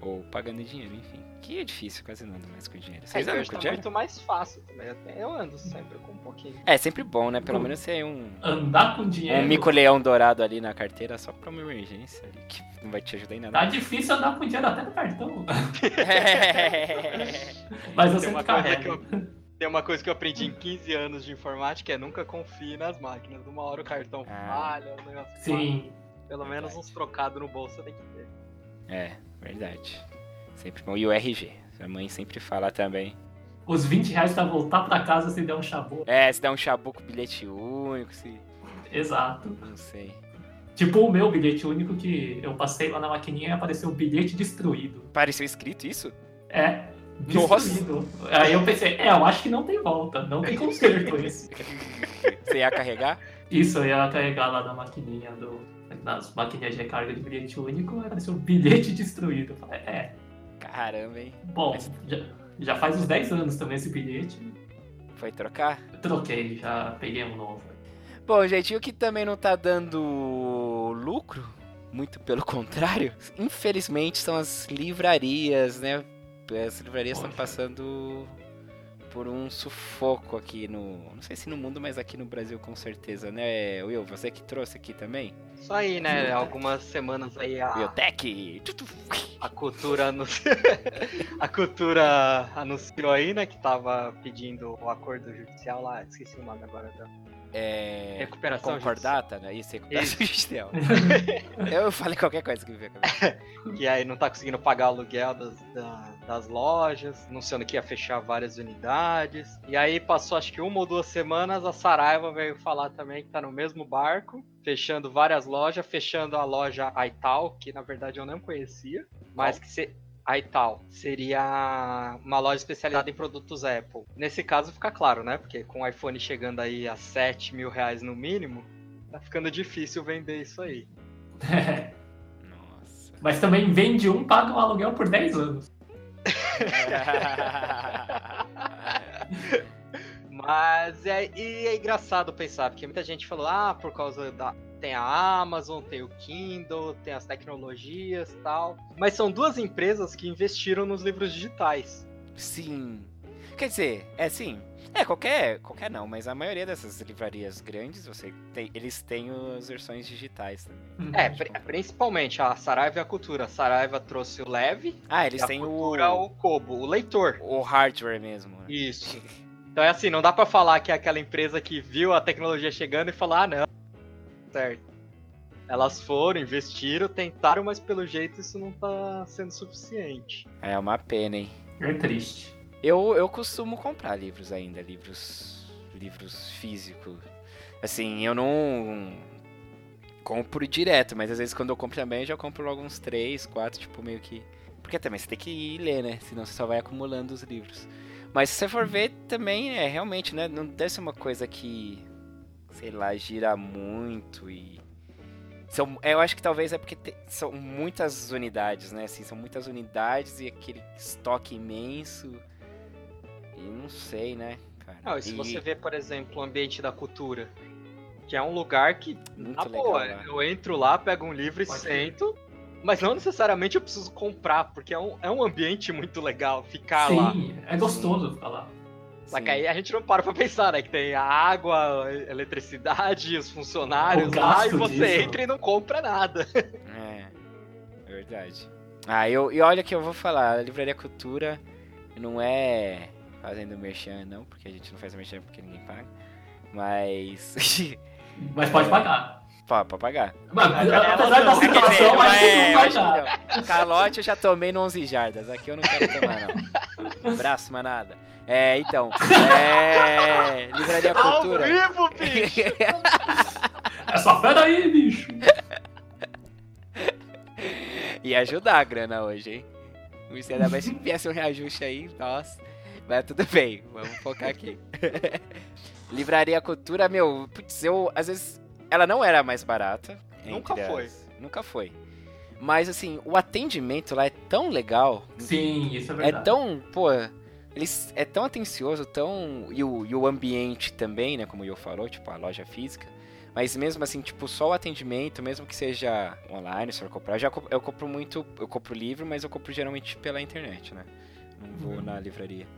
A: Ou pagando em dinheiro, enfim. Que é difícil, quase não ando mais com dinheiro. Vocês
B: Mas
A: andam
B: hoje
A: com
B: tá
A: dinheiro?
B: muito mais fácil também. Até Eu ando sempre com um pouquinho.
A: É sempre bom, né? Pelo menos ser um,
C: Andar com dinheiro.
A: Um mico-leão dourado ali na carteira só pra uma emergência ali, que não vai te ajudar em nada.
C: Tá difícil andar com dinheiro até no cartão. Mas eu
B: Tem uma,
C: sempre
B: coisa que
C: carrego.
B: eu, tem uma coisa que eu aprendi em 15 anos de informática, é nunca confie nas máquinas. Uma hora o cartão
A: Ah.
B: falha, o negócio falha.
C: Sim.
B: Pelo menos uns trocados no bolso tem que ter.
A: é, verdade. Sempre bom. E o RG. A mãe sempre fala também.
C: Os 20 reais pra voltar pra casa se der um chabu.
A: É, se dá um chabu com bilhete único, se.
C: Exato.
A: Não sei.
C: Tipo o meu bilhete único que eu passei lá na maquininha e apareceu o bilhete destruído.
A: Pareceu escrito isso?
C: É.
A: Nossa.
C: Destruído. Aí eu pensei, é, eu acho que não tem volta, não tem conserto isso.
A: Você ia carregar?
C: Isso, eu ia carregar lá na maquininha do. Nas maquininhas de recarga de bilhete único, apareceu o bilhete destruído. Eu falei, é,
A: Caramba, hein?
C: bom, já, já faz uns 10 anos também esse bilhete.
A: Foi trocar?
C: Eu troquei, já peguei um novo.
A: Bom, gente, e o que também não tá dando lucro, muito pelo contrário, infelizmente são as livrarias, né? As livrarias estão
C: Poxa.
A: passando por um sufoco aqui no. Não sei se no mundo, mas aqui no Brasil com certeza, né, Will? Você que trouxe aqui também?
B: Isso aí, né? Algumas semanas aí
A: Ah.
B: a,
A: Biotech!
B: a cultura anunciou. a cultura anunciou aí, né? Que tava pedindo o acordo judicial lá. Esqueci o nome agora da
A: É.
B: recuperação judicial.
A: Concordata, né? Isso, recuperação judicial. Eu falei qualquer coisa que me veio a cabeça.
B: Que aí não tá conseguindo pagar o aluguel das, da- das lojas, anunciando que ia fechar várias unidades. E aí passou acho que uma ou duas semanas, a Saraiva veio falar também que tá no mesmo barco, fechando várias lojas, fechando a loja Aital, que na verdade eu não conhecia, mas que se... Aital seria uma loja especializada em produtos Apple. Nesse caso fica claro, né? Porque com o iPhone chegando aí a 7 mil reais no mínimo, tá ficando difícil vender isso aí.
A: Nossa.
C: É, Mas também vende um, paga um aluguel por 10 anos.
B: Mas é, e é engraçado pensar, porque muita gente falou, ah, por causa da. Tem a Amazon, tem o Kindle, tem as tecnologias e tal. Mas são duas empresas que investiram nos livros digitais.
A: Sim. Quer dizer, é sim. É, qualquer, qualquer não, mas a maioria dessas livrarias grandes, você tem, eles têm as versões digitais também.
C: Hum,
B: É, pri- principalmente a Saraiva e a Cultura. A Saraiva trouxe o Leve
A: Ah,
B: e
A: eles
B: a
A: têm
B: Cultura é
A: o,
B: o Kobo, o leitor.
A: o hardware mesmo. né?
B: Isso. Então é assim, não dá pra falar que é aquela empresa que viu a tecnologia chegando e falar, ah, não. Certo. Elas foram, investiram, tentaram, mas pelo jeito isso não tá sendo suficiente.
A: É uma pena, hein?
C: É triste.
A: Eu, eu costumo comprar livros ainda, livros livros físicos. Assim, eu não compro direto, mas às vezes quando eu compro também, eu já compro logo uns três, quatro, tipo meio que. Porque também você tem que ir ler, né? Senão você só vai acumulando os livros. Mas se você for ver também, é realmente, né? Não deve ser uma coisa que sei lá, gira muito e. São, eu acho que talvez é porque te- são muitas unidades, né? Assim, são muitas unidades e aquele estoque imenso. E não sei, né, cara?
B: Não, e se
A: E
B: você vê, por exemplo, o ambiente da cultura, que é um lugar que,
A: muito
B: na
A: legal,
B: tá boa,
A: né?
B: eu entro lá, pego um livro e
C: Pode
B: sento, mas não necessariamente eu preciso comprar, porque é um, é um ambiente muito legal ficar lá.
C: Sim, é gostoso ficar lá.
B: Só que
A: Sim.
B: aí a gente não para pra pensar, né? Que tem a água, a eletricidade, os funcionários
C: O
B: lá, e
C: gasto
B: você
C: disso.
B: entra e não compra nada.
A: É, é verdade. Ah, eu, e olha que eu vou falar, a Livraria Cultura não é fazendo merchan, não, porque a gente não faz merchan porque ninguém paga. Mas.
C: Mas pode pagar.
A: Pá, pra pagar.
C: Mas,
B: galera,
C: apesar da
B: não.
A: Quer dizer,
C: situação,
A: mas
C: acho que
A: é,
C: não vai
A: acho que
C: dar.
A: não. Calote eu já tomei no 11 jardas, aqui eu não quero tomar, não. Braço, manada. É, então. É. Livraria
B: Ao
A: Cultura.
B: vivo, bicho!
C: É só fera aí, bicho.
A: E ajudar a grana hoje, hein? O Instagram vai se viesse um reajuste aí, nossa. Mas tudo bem, vamos focar aqui. Livraria Cultura, meu, putz, eu às vezes. Ela não era a mais barata.
B: Nunca
A: entre
B: foi.
A: as- Nunca foi. Mas assim, o atendimento lá é tão legal.
C: Sim, isso é
A: É
C: verdade.
A: tão, pô, eles é tão atencioso, tão e o, e o ambiente também, né, como o Yo falou, tipo a loja física. Mas mesmo assim, tipo, só o atendimento, mesmo que seja online, se for comprar, já co- eu compro muito, eu compro livro, mas eu compro geralmente pela internet, né? Não vou
C: Uhum.
A: na livraria.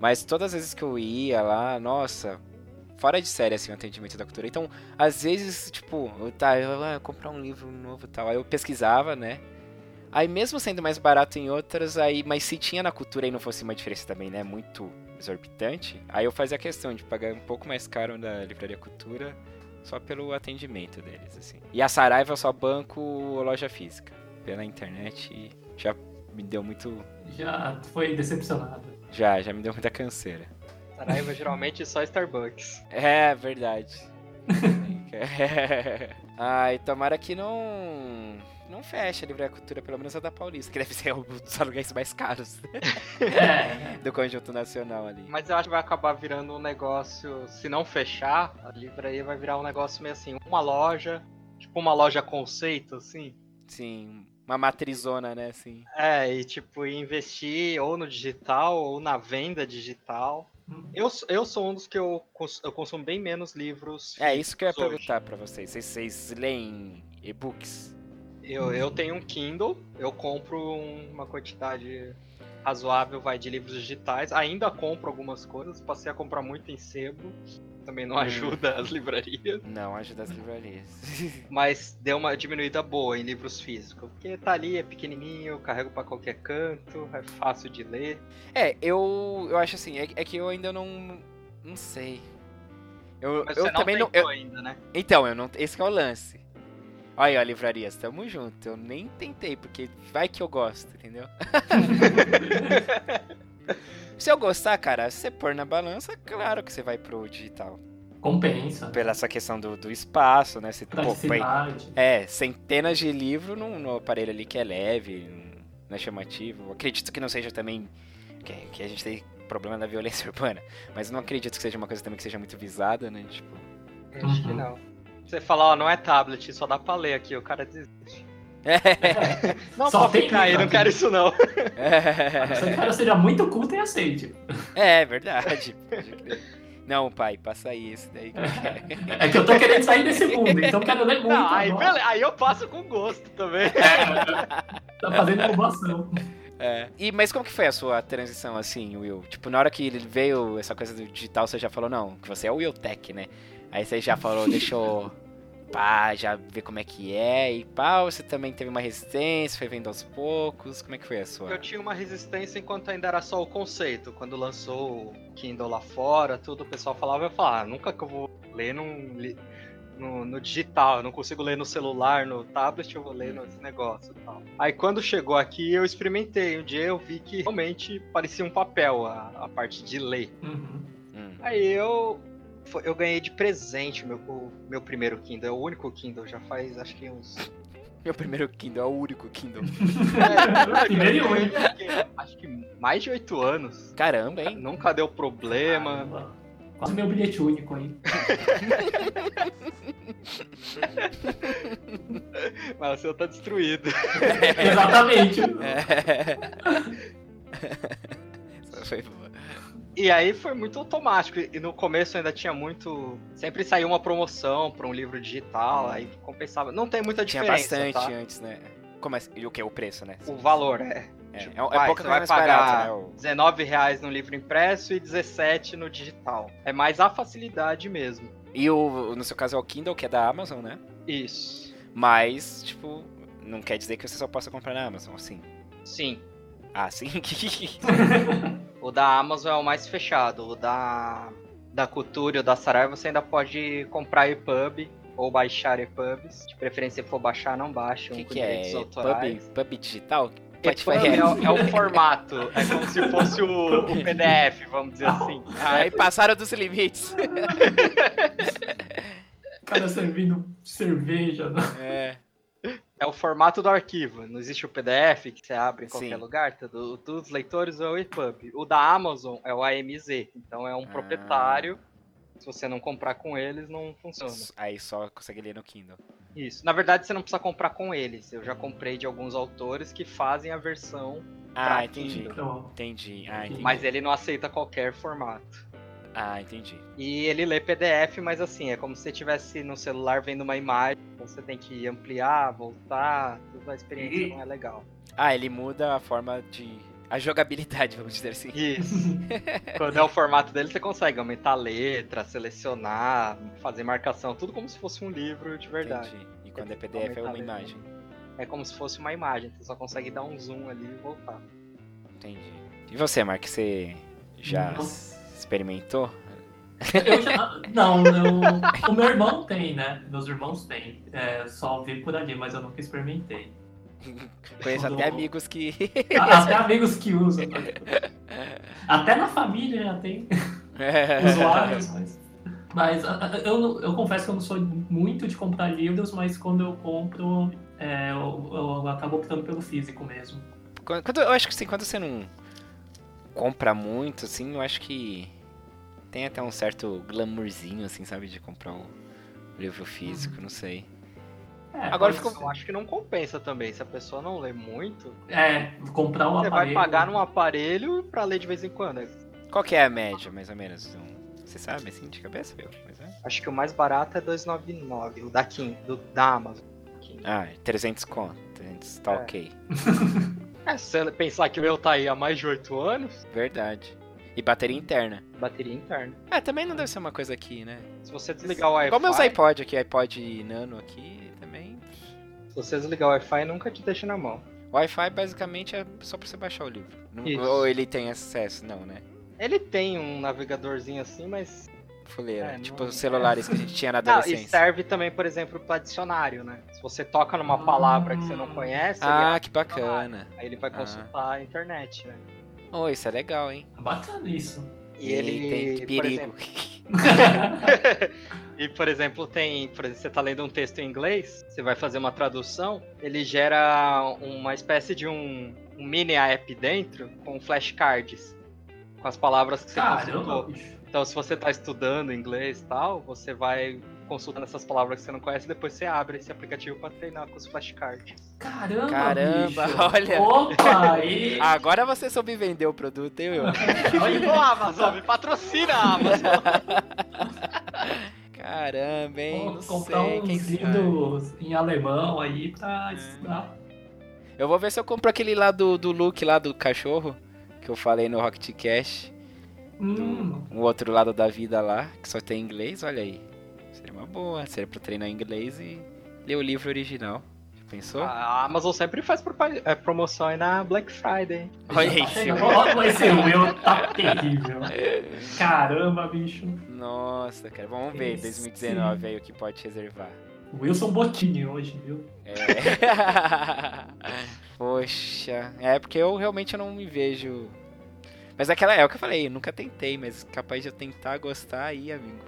A: Mas todas as vezes que eu ia lá, nossa, fora de série assim o atendimento da cultura. Então, às vezes, tipo, eu, tá, eu ah, comprar um livro novo e tal. Aí eu pesquisava, né? Aí mesmo sendo mais barato em outras, aí, mas se tinha na cultura e não fosse uma diferença também, né? Muito exorbitante, aí eu fazia questão de pagar um pouco mais caro na Livraria Cultura só pelo atendimento deles, assim. E a Saraiva eu só banco ou loja física. Pela internet e já me deu muito.
C: Já foi decepcionado.
A: Já, já me deu muita canseira.
B: Saraiva geralmente só Starbucks.
A: É verdade. Ai, tomara que não. Não feche a Livraria Cultura, pelo menos a da Paulista, que deve ser um dos aluguéis mais caros
C: É,
A: do conjunto nacional ali.
B: Mas eu acho que vai acabar virando um negócio, se não fechar, a livraria vai virar um negócio meio assim, uma loja, tipo uma loja conceito, assim.
A: Sim, uma matrizona, né? Assim.
B: É, e tipo, investir ou no digital ou na venda digital.
C: Hum.
B: Eu, sou- eu sou um dos que eu, cons- eu consumo bem menos livros.
A: É isso que eu ia
B: físicos hoje.
A: perguntar pra vocês. Vocês, vocês leem e-books?
B: Eu, eu tenho um Kindle, eu compro um- uma quantidade razoável vai de livros digitais, ainda compro algumas coisas, passei a comprar muito em sebo, também não
A: Hum.
B: ajuda as livrarias,
A: Não, ajuda as livrarias.
B: mas deu uma diminuída boa em livros físicos, porque tá ali, é pequenininho, carrego pra qualquer canto, é fácil de ler.
A: é, eu, eu acho assim, é, é que eu ainda não. Não sei. Eu,
B: Mas
A: eu
B: você não
A: também não.
B: tentou
A: eu-
B: ainda, né?
A: então, eu não. Esse que é o lance. Olha aí, ó, livrarias, tamo junto. Eu nem tentei, porque vai que eu gosto, entendeu? Se eu gostar, cara, se você pôr na balança, claro que você vai pro digital.
C: compensa.
A: Pela essa questão do, do espaço, né? Você, pô, põe-
C: Praticidade.
A: É, centenas de livros num- no, aparelho ali que é leve, não é chamativo. Acredito que não seja também. Que, que a gente tem problema da violência urbana. Mas não acredito que seja uma coisa também que seja muito visada, né? Tipo.
B: Eu Acho que
C: Uhum.
B: não. Você fala, ó, não é tablet, só dá pra ler aqui, o cara diz.
A: É.
B: Não,
C: Só
B: pode
C: tem
B: ficar aí,
C: livro
B: não
C: aqui.
B: quero isso não. É.
C: A não ser que o cara seja muito culto e aceite.
A: é, verdade. Pode crer. Não, pai, passa aí esse daí que eu quero.
C: É que eu tô querendo sair desse mundo, então quero ler muito.
B: Não, aí,
C: agora. É,
B: beleza, aí eu passo com gosto também.
C: Tá fazendo inovação.
A: É. E, mas como que foi a sua transição, assim, Will? Tipo, na hora que ele veio essa coisa do digital, você já falou, não, que você é o Will Tech, né? Aí você já falou, deixa eu pá, já ver como é que é e pá, ou você também teve uma resistência, foi vendo aos poucos, como é que foi a sua?
B: Eu tinha uma resistência enquanto ainda era só o conceito. Quando lançou o Kindle lá fora, tudo, o pessoal falava, eu falava, ah, nunca que eu vou ler num li- no, no digital, eu não consigo ler no celular, no tablet, eu vou ler nesse negócio e tal. Aí quando chegou aqui, eu experimentei. Um dia eu vi que realmente parecia um papel a, a parte de ler.
C: Uhum.
A: Hum.
B: Aí eu foi- eu ganhei de presente o meu, o meu primeiro Kindle, é o único Kindle, já faz acho que uns
A: Meu primeiro Kindle, é o único Kindle.
B: É,
C: Primeiro e único.
B: Acho que mais de oito anos.
A: Caramba, hein?
B: Nunca deu problema.
C: Caramba. Quase meu bilhete único aí.
B: Mas o seu tá destruído. É.
C: Exatamente.
A: É. Essa foi boa.
B: E aí foi muito automático. E no começo ainda tinha muito. Sempre saiu uma promoção pra um livro digital, aí compensava. Não tem muita
A: Tinha
B: diferença.
A: bastante
B: tá?
A: antes, né? Como é, e o que? O preço, né?
B: O valor, é.
A: É,
B: Tipo,
A: é, um- é
B: vai,
A: pouco
B: você vai
A: mais
B: pagar
A: barato, né? O-
B: R$19,00 no livro impresso e 17 no digital. É mais a facilidade mesmo.
A: E o, no seu caso é o Kindle, que é da Amazon, né?
B: Isso.
A: Mas, tipo, não quer dizer que você só possa comprar na Amazon, assim.
B: Sim.
A: Ah, sim? que-
B: O da Amazon é o mais fechado. O da, da Cultura e o da Saraiva você ainda pode comprar EPUB ou baixar EPUbs. De preferência, se for baixar, não baixa.
A: O que,
B: com
A: que é?
B: direitos um autorais.
A: Pub, pub digital? Spotify
B: EPUB é,
A: é.
B: o- é o formato. É como se fosse o, o PDF, vamos dizer assim.
A: Aí passaram dos limites.
C: O cara servindo cerveja. né?
A: É.
B: É o formato do arquivo. Não existe o PDF que você abre em qualquer
A: Sim.
B: lugar. tá Tudo, dos leitores é o EPUB. O da Amazon é o AMZ. Então é um
A: Ah.
B: proprietário. Se você não comprar com eles, não funciona.
A: Aí só consegue ler no Kindle.
B: Isso. Na verdade, você não precisa comprar com eles. Eu já comprei de alguns autores que fazem a versão,
A: Ah,
B: Pra
A: entendi.
B: Kindle.
C: Então,
A: Entendi. Ah, entendi.
B: mas ele não aceita qualquer formato.
A: Ah, entendi.
B: E ele lê PDF, mas assim, é como se você estivesse no celular vendo uma imagem. Então você tem que ampliar, voltar. Tudo a experiência
C: E-
B: não é legal.
A: Ah, ele muda a forma de. A jogabilidade, vamos dizer
B: É
A: assim.
B: Isso. Quando é o formato dele, você consegue aumentar a letra, selecionar, fazer marcação, tudo como se fosse um livro de verdade.
A: Entendi. E quando é PDF é uma imagem.
B: É como se fosse uma imagem, você só consegue dar um zoom ali e voltar.
A: Entendi. E você, Mark, você já
C: Nossa.
A: experimentou?
C: eu já- Não, eu- o meu irmão tem, né? Meus irmãos têm. É, só vi por ali, mas eu nunca experimentei.
A: Conheço
C: Não.
A: até amigos que.
C: Até amigos que usam. Até na família já tem
A: É.
C: usuários, mas. Mas a- a- eu, eu confesso que eu não sou muito de comprar livros, mas quando eu compro, é, eu, eu acabo optando pelo físico mesmo.
A: Quando, quando- eu acho que assim, quando você não compra muito, assim, eu acho que tem até um certo glamourzinho, assim, sabe, de comprar o livro físico, não sei.
C: É,
A: Agora
C: mas-
A: ficou-
B: Eu acho que não compensa também. Se a pessoa não lê muito,
C: É, comprar um
B: você vai
C: aparelho.
B: pagar num aparelho pra ler de vez em quando.
A: Qual que é a média, mais ou menos? Um- você sabe, assim, de cabeça, viu? Mas é.
B: Acho que o mais barato é 299, o da Kim, do da Amazon.
A: Ah, 300 conto, 300, tá
B: É.
A: ok.
B: É, se você pensar que o meu tá aí há mais de 8 anos,
A: Verdade. E bateria interna.
B: bateria interna.
A: Ah, também não deve ser uma coisa aqui, né?
B: Se você desligar o
A: Igual meus
B: Wi-Fi,
A: iPod aqui, iPod Nano aqui também.
B: se você desligar o Wi-Fi, nunca te deixa na mão.
A: Wi-Fi basicamente é só pra você baixar o livro. Não-
B: Isso.
A: ou ele tem acesso, não, né?
B: Ele tem um navegadorzinho assim, mas.
A: Fuleira.
B: É,
A: tipo
B: não-
A: os celulares que a gente tinha na
B: Não, e
A: adolescência.
B: serve também, por exemplo, pra dicionário, né? Se você toca numa palavra que você não conhece, ele
A: ah,
B: abre
A: que bacana.
B: aí ele vai
A: ah.
B: consultar a internet, né?
A: Oh, isso é legal, hein?
C: Bacana isso.
B: E ele.
A: tem
B: por
A: perigo.
B: exemplo, E, por exemplo, tem. Por exemplo, você tá lendo um texto em inglês, você vai fazer uma tradução, ele gera uma espécie de um, um mini app dentro com flashcards. Com as palavras que você
C: Caramba,
B: consultou.
C: bicho.
B: Então, se você tá estudando inglês e tal, você vai consultando essas palavras que você não conhece e depois você abre esse aplicativo pra treinar com os flashcards.
C: Caramba,
A: Caramba,
C: bicho.
A: olha.
C: Opa, aí.
A: Agora você soube vender o produto, hein, meu?
B: Olha, Ô, Amazon, me patrocina, Amazon!
A: Caramba, hein?
C: Vou
A: Não
C: comprar
B: um
A: sei quem Hum.
C: uns
A: sabe.
C: livros em alemão aí pra estudar.
A: Eu vou ver se eu compro aquele lá do, do look lá do cachorro, que eu falei no Rocket Cash.
C: Hum,
A: O outro lado da vida lá, que só tem inglês, olha aí. Seria uma boa, seria pra treinar inglês e ler o livro original. Já pensou?
B: A Amazon sempre faz propa- é, promoção aí na Black Friday.
A: olha
C: já tá
A: isso.
C: chegando. Ó, Mas esse meu tá terrível. Caramba, bicho.
A: Nossa, cara, vamos ver
C: Esse.
A: 2019 aí o que pode reservar.
C: Wilson Bottini hoje, viu?
A: É. Poxa, é porque eu realmente não me vejo. Mas aquela é o que eu falei, eu nunca tentei, mas capaz de eu tentar gostar aí, amigo.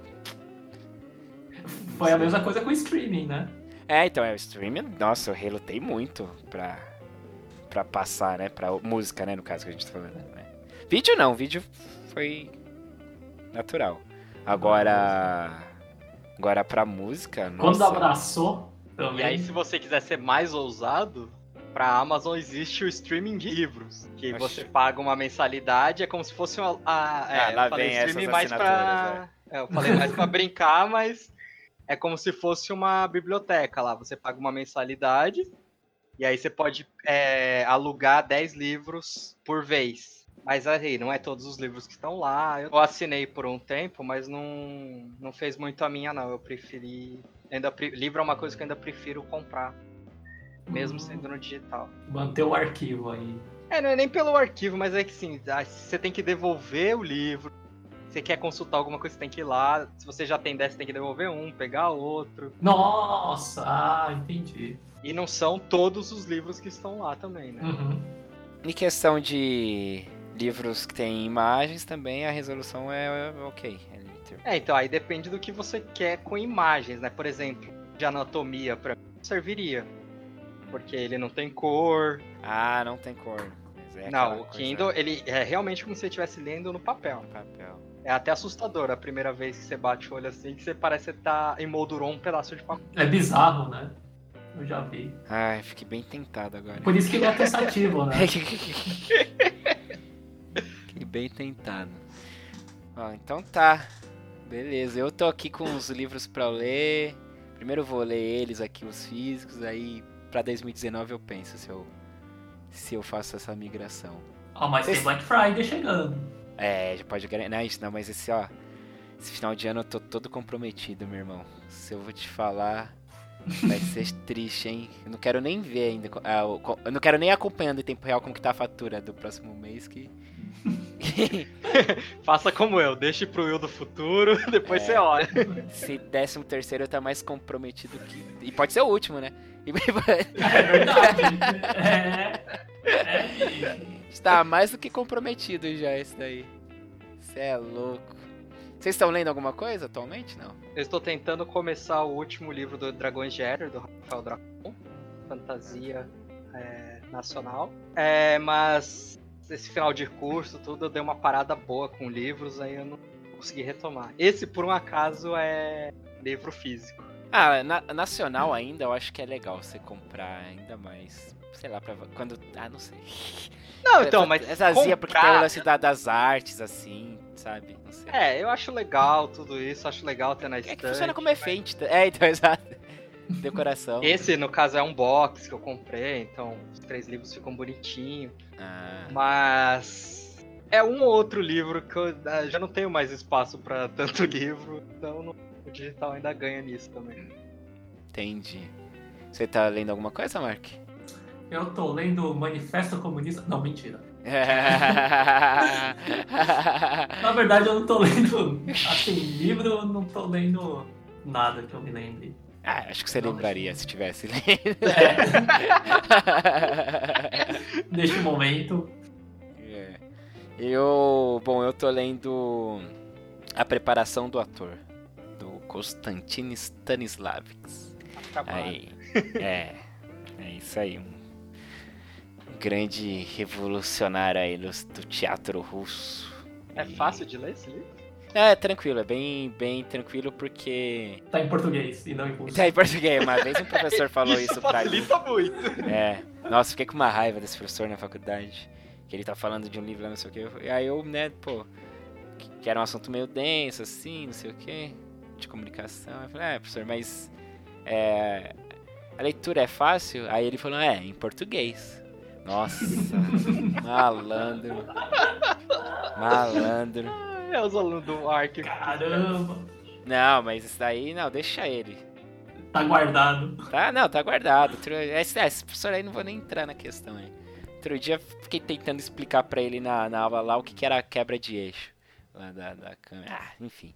C: Foi a mesma coisa com o streaming, né?
A: É, então, é o streaming, nossa, eu relutei muito pra, pra passar, né? Pra música, né? No caso que a gente tá falando. Né? Vídeo não, vídeo foi natural. Agora. Agora pra música.
C: Quando
A: nossa.
C: abraçou, também.
B: E aí, se você quiser ser mais ousado, pra Amazon existe o streaming de livros. Que
A: Oxi.
B: você paga uma mensalidade, é como se fosse uma. A, é,
A: Ah, lá
B: eu falei
A: vem essas
B: streaming mais pra.
A: assinaturas,
B: É, eu falei mais pra brincar, mas é como se fosse uma biblioteca lá. Você paga uma mensalidade e aí você pode é, alugar 10 livros por vez. Mas aí, não é todos os livros que estão lá. Eu assinei por um tempo, mas não, não fez muito a minha, não. Eu preferi. Ainda, pre- livro é uma coisa que eu ainda prefiro comprar, mesmo sendo no digital.
C: Manter o arquivo aí.
B: É, não é nem pelo arquivo, mas é que sim, ah, você tem que devolver o livro. Você quer consultar alguma coisa, você tem que ir lá. Se você já tem 10, você tem que devolver um, pegar outro.
C: Nossa, ah, entendi.
B: E não são todos os livros que estão lá também,
A: Hum.
B: né?
C: Uhum.
A: Em questão de livros que tem imagens também, a resolução é é ok. É literal.
B: É, então aí depende do que você quer com imagens, né? Por exemplo, de anatomia pra mim não serviria. Porque ele não tem cor.
A: ah, não tem cor. Mas é aquela
B: não, o
A: coisa
B: Kindle, ele é realmente como se você estivesse lendo no papel.
A: no papel.
B: É até assustador a primeira vez que você bate o olho assim, que você parece que tá emoldurou um pedaço de papel.
C: É bizarro, né? Eu já vi.
A: Ai, fiquei bem tentado agora.
C: Por isso que ele é cansativo, né?
A: fiquei bem tentado. Ó, então tá. Beleza, eu tô aqui com os livros pra eu ler. Primeiro eu vou ler eles aqui, os físicos, aí pra 2019 eu penso se eu, se eu faço essa migração.
C: Ah, mas tem
A: Esse-
C: Black Friday chegando.
A: É, já pode garantir. Não, isso não, mas esse, ó. Esse final de ano eu tô todo comprometido, meu irmão. Se eu vou te falar, vai ser triste, hein? Eu não quero nem ver ainda. co- ah, o- co- eu não quero nem acompanhando em tempo real como que tá a fatura do próximo mês que.
B: Faça como eu, deixe pro eu do futuro, depois
A: É.
B: você olha.
A: Se décimo terceiro eu tá mais comprometido que. E pode ser o último, né? E
C: É verdade. é. É, bicho.
A: está mais do que comprometido já esse daí. Você é louco. Vocês estão lendo alguma coisa atualmente? Não.
B: Eu estou tentando começar o último livro do Dragões de Éter, do Rafael Dracon, fantasia é, nacional. É, mas esse final de curso, tudo, eu dei uma parada boa com livros, aí eu não consegui retomar. Esse, por um acaso, é livro físico.
A: Ah, na- nacional ainda eu acho que é legal você comprar ainda mais. Sei lá, pra quando. Ah, não sei.
B: Não, então, mas.
A: É vazia porque tem o
B: comprar-
A: lance da- das artes, assim, sabe? Não sei.
B: É, eu acho legal tudo isso, acho legal ter na
A: É
B: estante.
A: que funciona como efeito. É, então, exato. Decoração.
B: Esse, no caso, é um box que eu comprei, então os três livros ficam bonitinhos.
A: Ah.
B: Mas é um ou outro livro que eu ah, já não tenho mais espaço pra tanto livro, então não- o digital ainda ganha nisso também.
A: Entendi. Você tá lendo alguma coisa, Mark?
C: Eu tô lendo o Manifesto Comunista. Não, mentira. Na verdade, eu não tô lendo. Assim, livro, eu não tô lendo nada que eu me lembre.
A: ah, acho que você
C: Não,
A: lembraria se tivesse lendo.
C: É, neste momento.
A: É. Eu. Bom, eu tô lendo A Preparação do Ator, do Konstantin Stanislavski.
B: Tá
A: Aí. É. É isso aí. Um grande revolucionário aí do do teatro russo.
B: É
A: E-
B: fácil de ler esse livro?
A: É, tranquilo, é bem, bem tranquilo porque.
C: Tá em português e não em russo.
A: Tá em português, uma vez um professor falou isso, pra mim.
B: facilita muito.
A: É. Nossa, fiquei com uma raiva desse professor na faculdade. Que ele tá falando de um livro lá, não sei o quê. E aí eu, né, pô, que- que era um assunto meio denso, assim, não sei o quê, de comunicação. Eu falei, é, professor, mas é, a leitura é fácil? Aí ele falou, é, em português. Nossa, malandro. Malandro.
B: É os alunos do Ark.
C: Caramba,
A: Não, mas isso daí, não, deixa ele.
C: tá guardado.
A: Tá, não, tá guardado. Outro- Esse, esse professor aí não vou nem entrar na questão aí. Outro dia fiquei tentando explicar pra ele na, na aula lá o que, que era a quebra de eixo. Lá da, da câmera. Ah, enfim.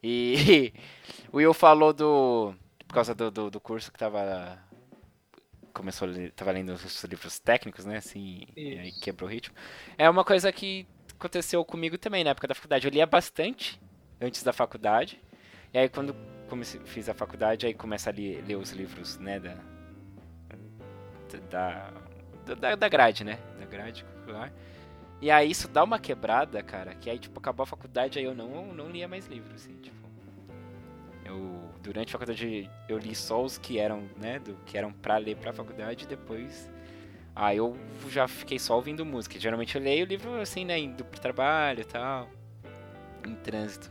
A: E o Will falou do. Por causa do, do, do curso que tava. Começou a ler- tava lendo os livros técnicos, né? Assim, e aí
B: Isso.
A: quebrou o ritmo. É uma coisa que aconteceu comigo também na época da faculdade. Eu lia bastante antes da faculdade. E aí quando comecei, fiz a faculdade, aí começa a li- ler os livros, né, da, da, da, da grade, né, da grade curricular. E aí isso dá uma quebrada, cara, que aí, tipo, acabou a faculdade, aí eu não, não lia mais livros, assim, tipo. Eu, durante a faculdade, eu li só os que eram, né, do, que eram pra ler pra faculdade, e depois... Aí eu já fiquei só ouvindo música. Geralmente eu leio o livro, assim, né, indo pro trabalho e tal, em trânsito.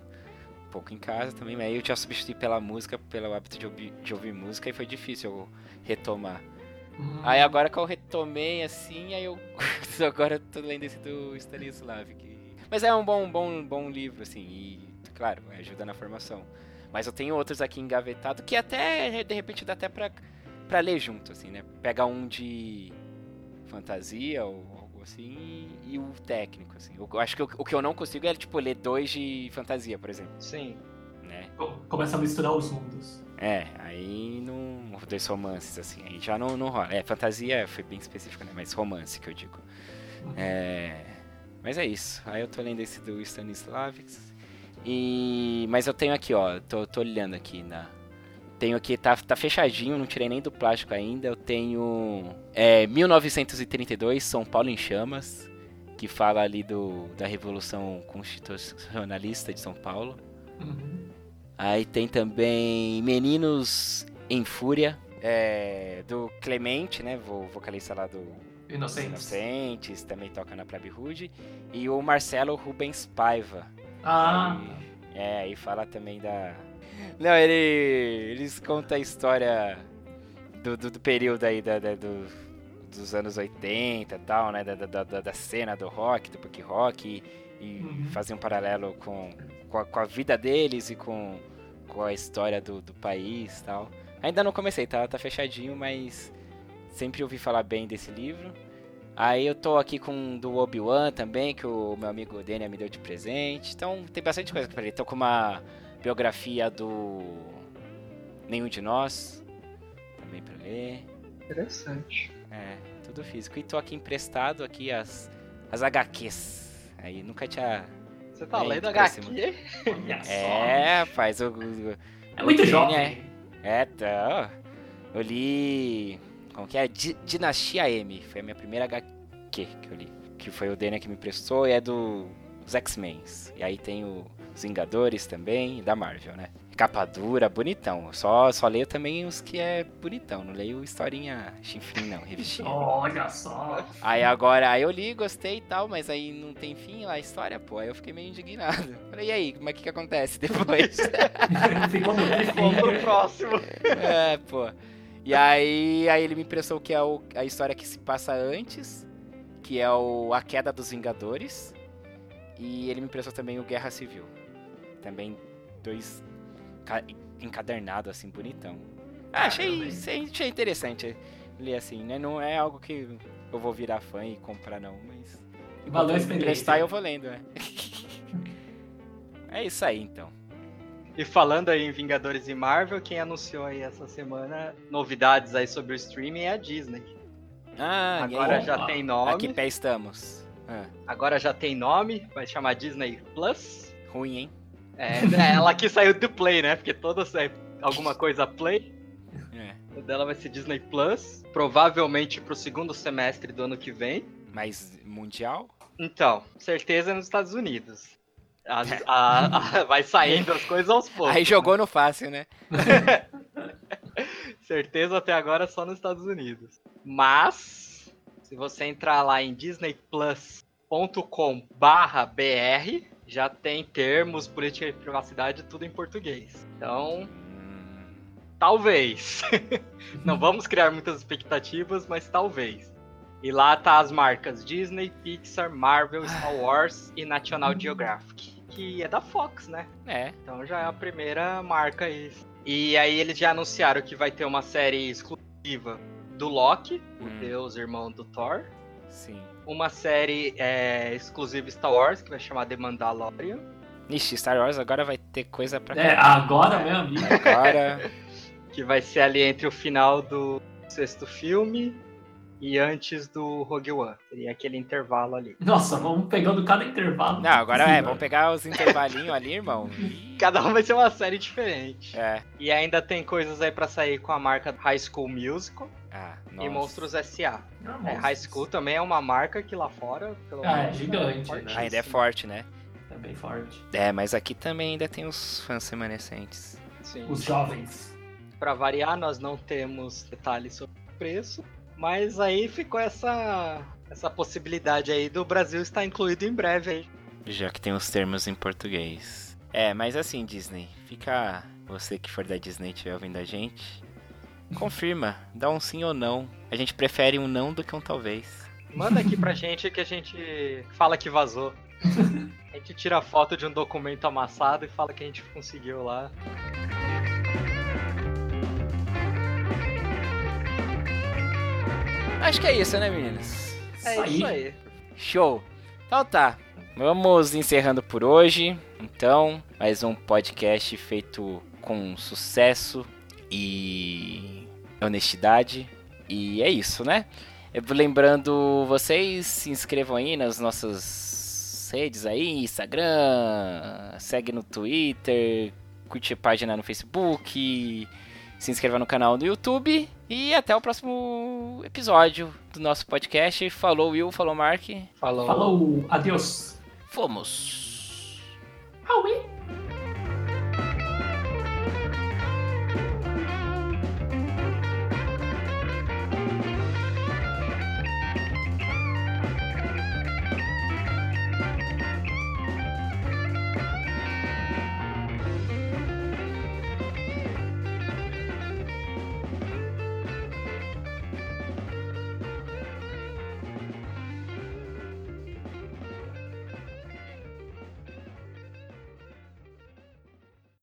A: Um pouco em casa também, mas aí eu já substituí pela música, pelo hábito de, ouvi- de ouvir música, e foi difícil eu retomar.
C: Hum,
A: Aí agora que eu retomei assim, aí eu agora eu tô lendo esse do Stanislav. que- Mas é um bom, bom, bom livro, assim, e claro, ajuda na formação. Mas eu tenho outros aqui engavetado que até, de repente, dá até pra, pra ler junto, assim, né? Pega um de fantasia ou algo assim e, e o técnico, assim. Eu, acho que o, o que eu não consigo é, tipo, ler dois de fantasia, por exemplo,
B: Sim.
A: né?
C: co- Começa a misturar os mundos.
A: É, aí não. Dois romances, assim, aí já não, não rola. É, fantasia foi bem específica, né? Mas romance que eu digo. É. Mas é isso. Aí eu tô lendo esse do Stanislavix. E. Mas eu tenho aqui, ó. Tô, tô olhando aqui na. Tenho aqui, tá, tá fechadinho, não tirei nem do plástico ainda. Eu tenho. É, 1932, São Paulo em Chamas. Que fala ali do, da Revolução Constitucionalista de São Paulo.
C: Uhum.
A: Aí tem também Meninos em Fúria, é, do Clemente, né? vo- Vocalista lá do
C: Inocentes.
A: Inocentes, também toca na Plebe Rude. E o Marcelo Rubens Paiva.
C: Ah,
A: E- é, e fala também da. Não, ele. Eles contam a história do, do, do período aí da, da- do- dos anos 80 e tal, né? Da, da, da, da cena do rock, do punk rock, e, e
C: Uhum.
A: fazer um paralelo com, com, a, com a vida deles e com, com a história do, do país e tal. Ainda não comecei, tá, tá fechadinho, mas sempre ouvi falar bem desse livro. Aí eu tô aqui com um do Obi-Wan também, que o meu amigo Daniel me deu de presente. Então tem bastante coisa pra ler. Tô com uma biografia do Nenhum de Nós, também pra ler.
B: Interessante.
A: É, tudo físico. E tô aqui emprestado aqui as, as HQs. Aí nunca tinha.
B: Você tá
A: Bem,
B: lendo
A: próximo.
B: HQ?
C: olha só.
A: É, rapaz, eu, eu-
C: É muito jovem.
A: É, tá. Eu li. Como que é? Di- Dinastia M. Foi a minha primeira HQ que eu li. Que foi o Daniel que me emprestou e é do, dos X-Men. E aí tem o- os Vingadores também, da Marvel, né? Capa dura, bonitão. Eu Só, só leio também os que é bonitão. Não leio historinha chinfrim, não, revistinha.
C: Olha só.
A: Aí agora, aí eu li, gostei e tal, mas aí não tem fim a história, pô. Aí eu fiquei meio indignado. Falei, e aí, como é que, que acontece depois?
C: Ficou no
B: Vamos
C: cliffhanger.
B: pro próximo.
A: É, pô. E aí, aí ele me emprestou o que é o- a história que se passa antes, que é o A Queda dos Vingadores. E ele me emprestou também o Guerra Civil. Também dois ca- encadernado assim, bonitão. Ah, achei,
C: Caramba,
A: achei achei interessante ler assim, né? Não é algo que eu vou virar fã e comprar não, mas... Enquanto ele
C: Valeu a
A: me
C: experiência.
A: emprestar, eu vou lendo, né? é isso aí, então.
B: E falando aí em Vingadores e Marvel, quem anunciou aí essa semana novidades aí sobre o streaming é a Disney.
A: Ah, e aí?
B: Agora
C: aí?
B: já
C: Opa.
B: tem
A: A que
B: nome.
A: pé estamos? Ah,
B: Agora já tem nome, vai chamar Disney Plus.
A: ruim, hein?
B: É, né, ela que saiu do Play, né? Porque toda é alguma coisa Play.
A: É.
B: O dela vai ser Disney Plus, provavelmente pro segundo semestre do ano que vem.
A: Mas mundial?
B: Então, certeza é nos Estados Unidos. As- a- a- vai saindo as coisas aos poucos.
A: Aí jogou no fácil, né?
B: Certeza até agora é só nos Estados Unidos. Mas, se você entrar lá em disneyplus.com/br, já tem termos, política de privacidade, tudo em português. Então,
A: Hum,
B: talvez. Não vamos criar muitas expectativas, mas talvez. E lá tá as marcas Disney, Pixar, Marvel, Star Wars e National Geographic, que é da Fox, né?
A: É.
B: Então já é a primeira marca aí. E aí eles já anunciaram que vai ter uma série exclusiva do Loki,
A: Hum.
B: o deus irmão do Thor.
A: Sim.
B: Uma série é, exclusiva Star Wars, que vai chamar The Mandalorian.
A: Ixi, Star Wars agora vai ter coisa pra
C: É, agora, meu amigo.
A: Agora.
B: Que vai ser ali entre o final do sexto filme e antes do Rogue One. Seria aquele intervalo ali.
C: Nossa, vamos pegando cada intervalo.
A: Não, agora é,
C: possível.
A: vamos pegar os intervalinhos ali, irmão.
B: Cada um vai ser uma série diferente.
A: É.
B: E ainda tem coisas aí pra sair com a marca High School Musical
A: Ah,
B: e
A: nossa.
B: Monstros S.A.
C: Não,
B: É,
C: nossa.
B: High School também é uma marca que lá fora, pelo
C: Ah, é
B: menos,
C: gigante,
B: fortíssima.
C: né?
A: Ainda é forte, né?
C: É bem forte.
A: É, mas aqui também ainda tem os fãs remanescentes.
B: Sim.
C: Os jovens.
B: Pra variar, nós não temos detalhes sobre o preço, mas aí ficou essa essa possibilidade aí do Brasil estar incluído em breve aí.
A: Já que tem os termos em português. É, mas assim, Disney, fica. Você que for da Disney e estiver ouvindo a gente, confirma, dá um sim ou não. A gente prefere um não do que um talvez.
B: Manda aqui pra gente que a gente fala que vazou. A gente tira a foto de um documento amassado e fala que a gente conseguiu lá.
A: Acho que é isso, né, meninas?
B: É isso aí.
A: Show! Então tá, vamos encerrando por hoje. Então, mais um podcast feito com sucesso e honestidade. E é isso, né? Eu vou Lembrando, vocês se inscrevam aí nas nossas redes aí, Instagram, segue no Twitter, curte a página no Facebook, se inscreva no canal do YouTube e até o próximo episódio do nosso podcast. Falou Will, falou Mark.
B: Falou.
C: Falou, adeus.
A: Fomos!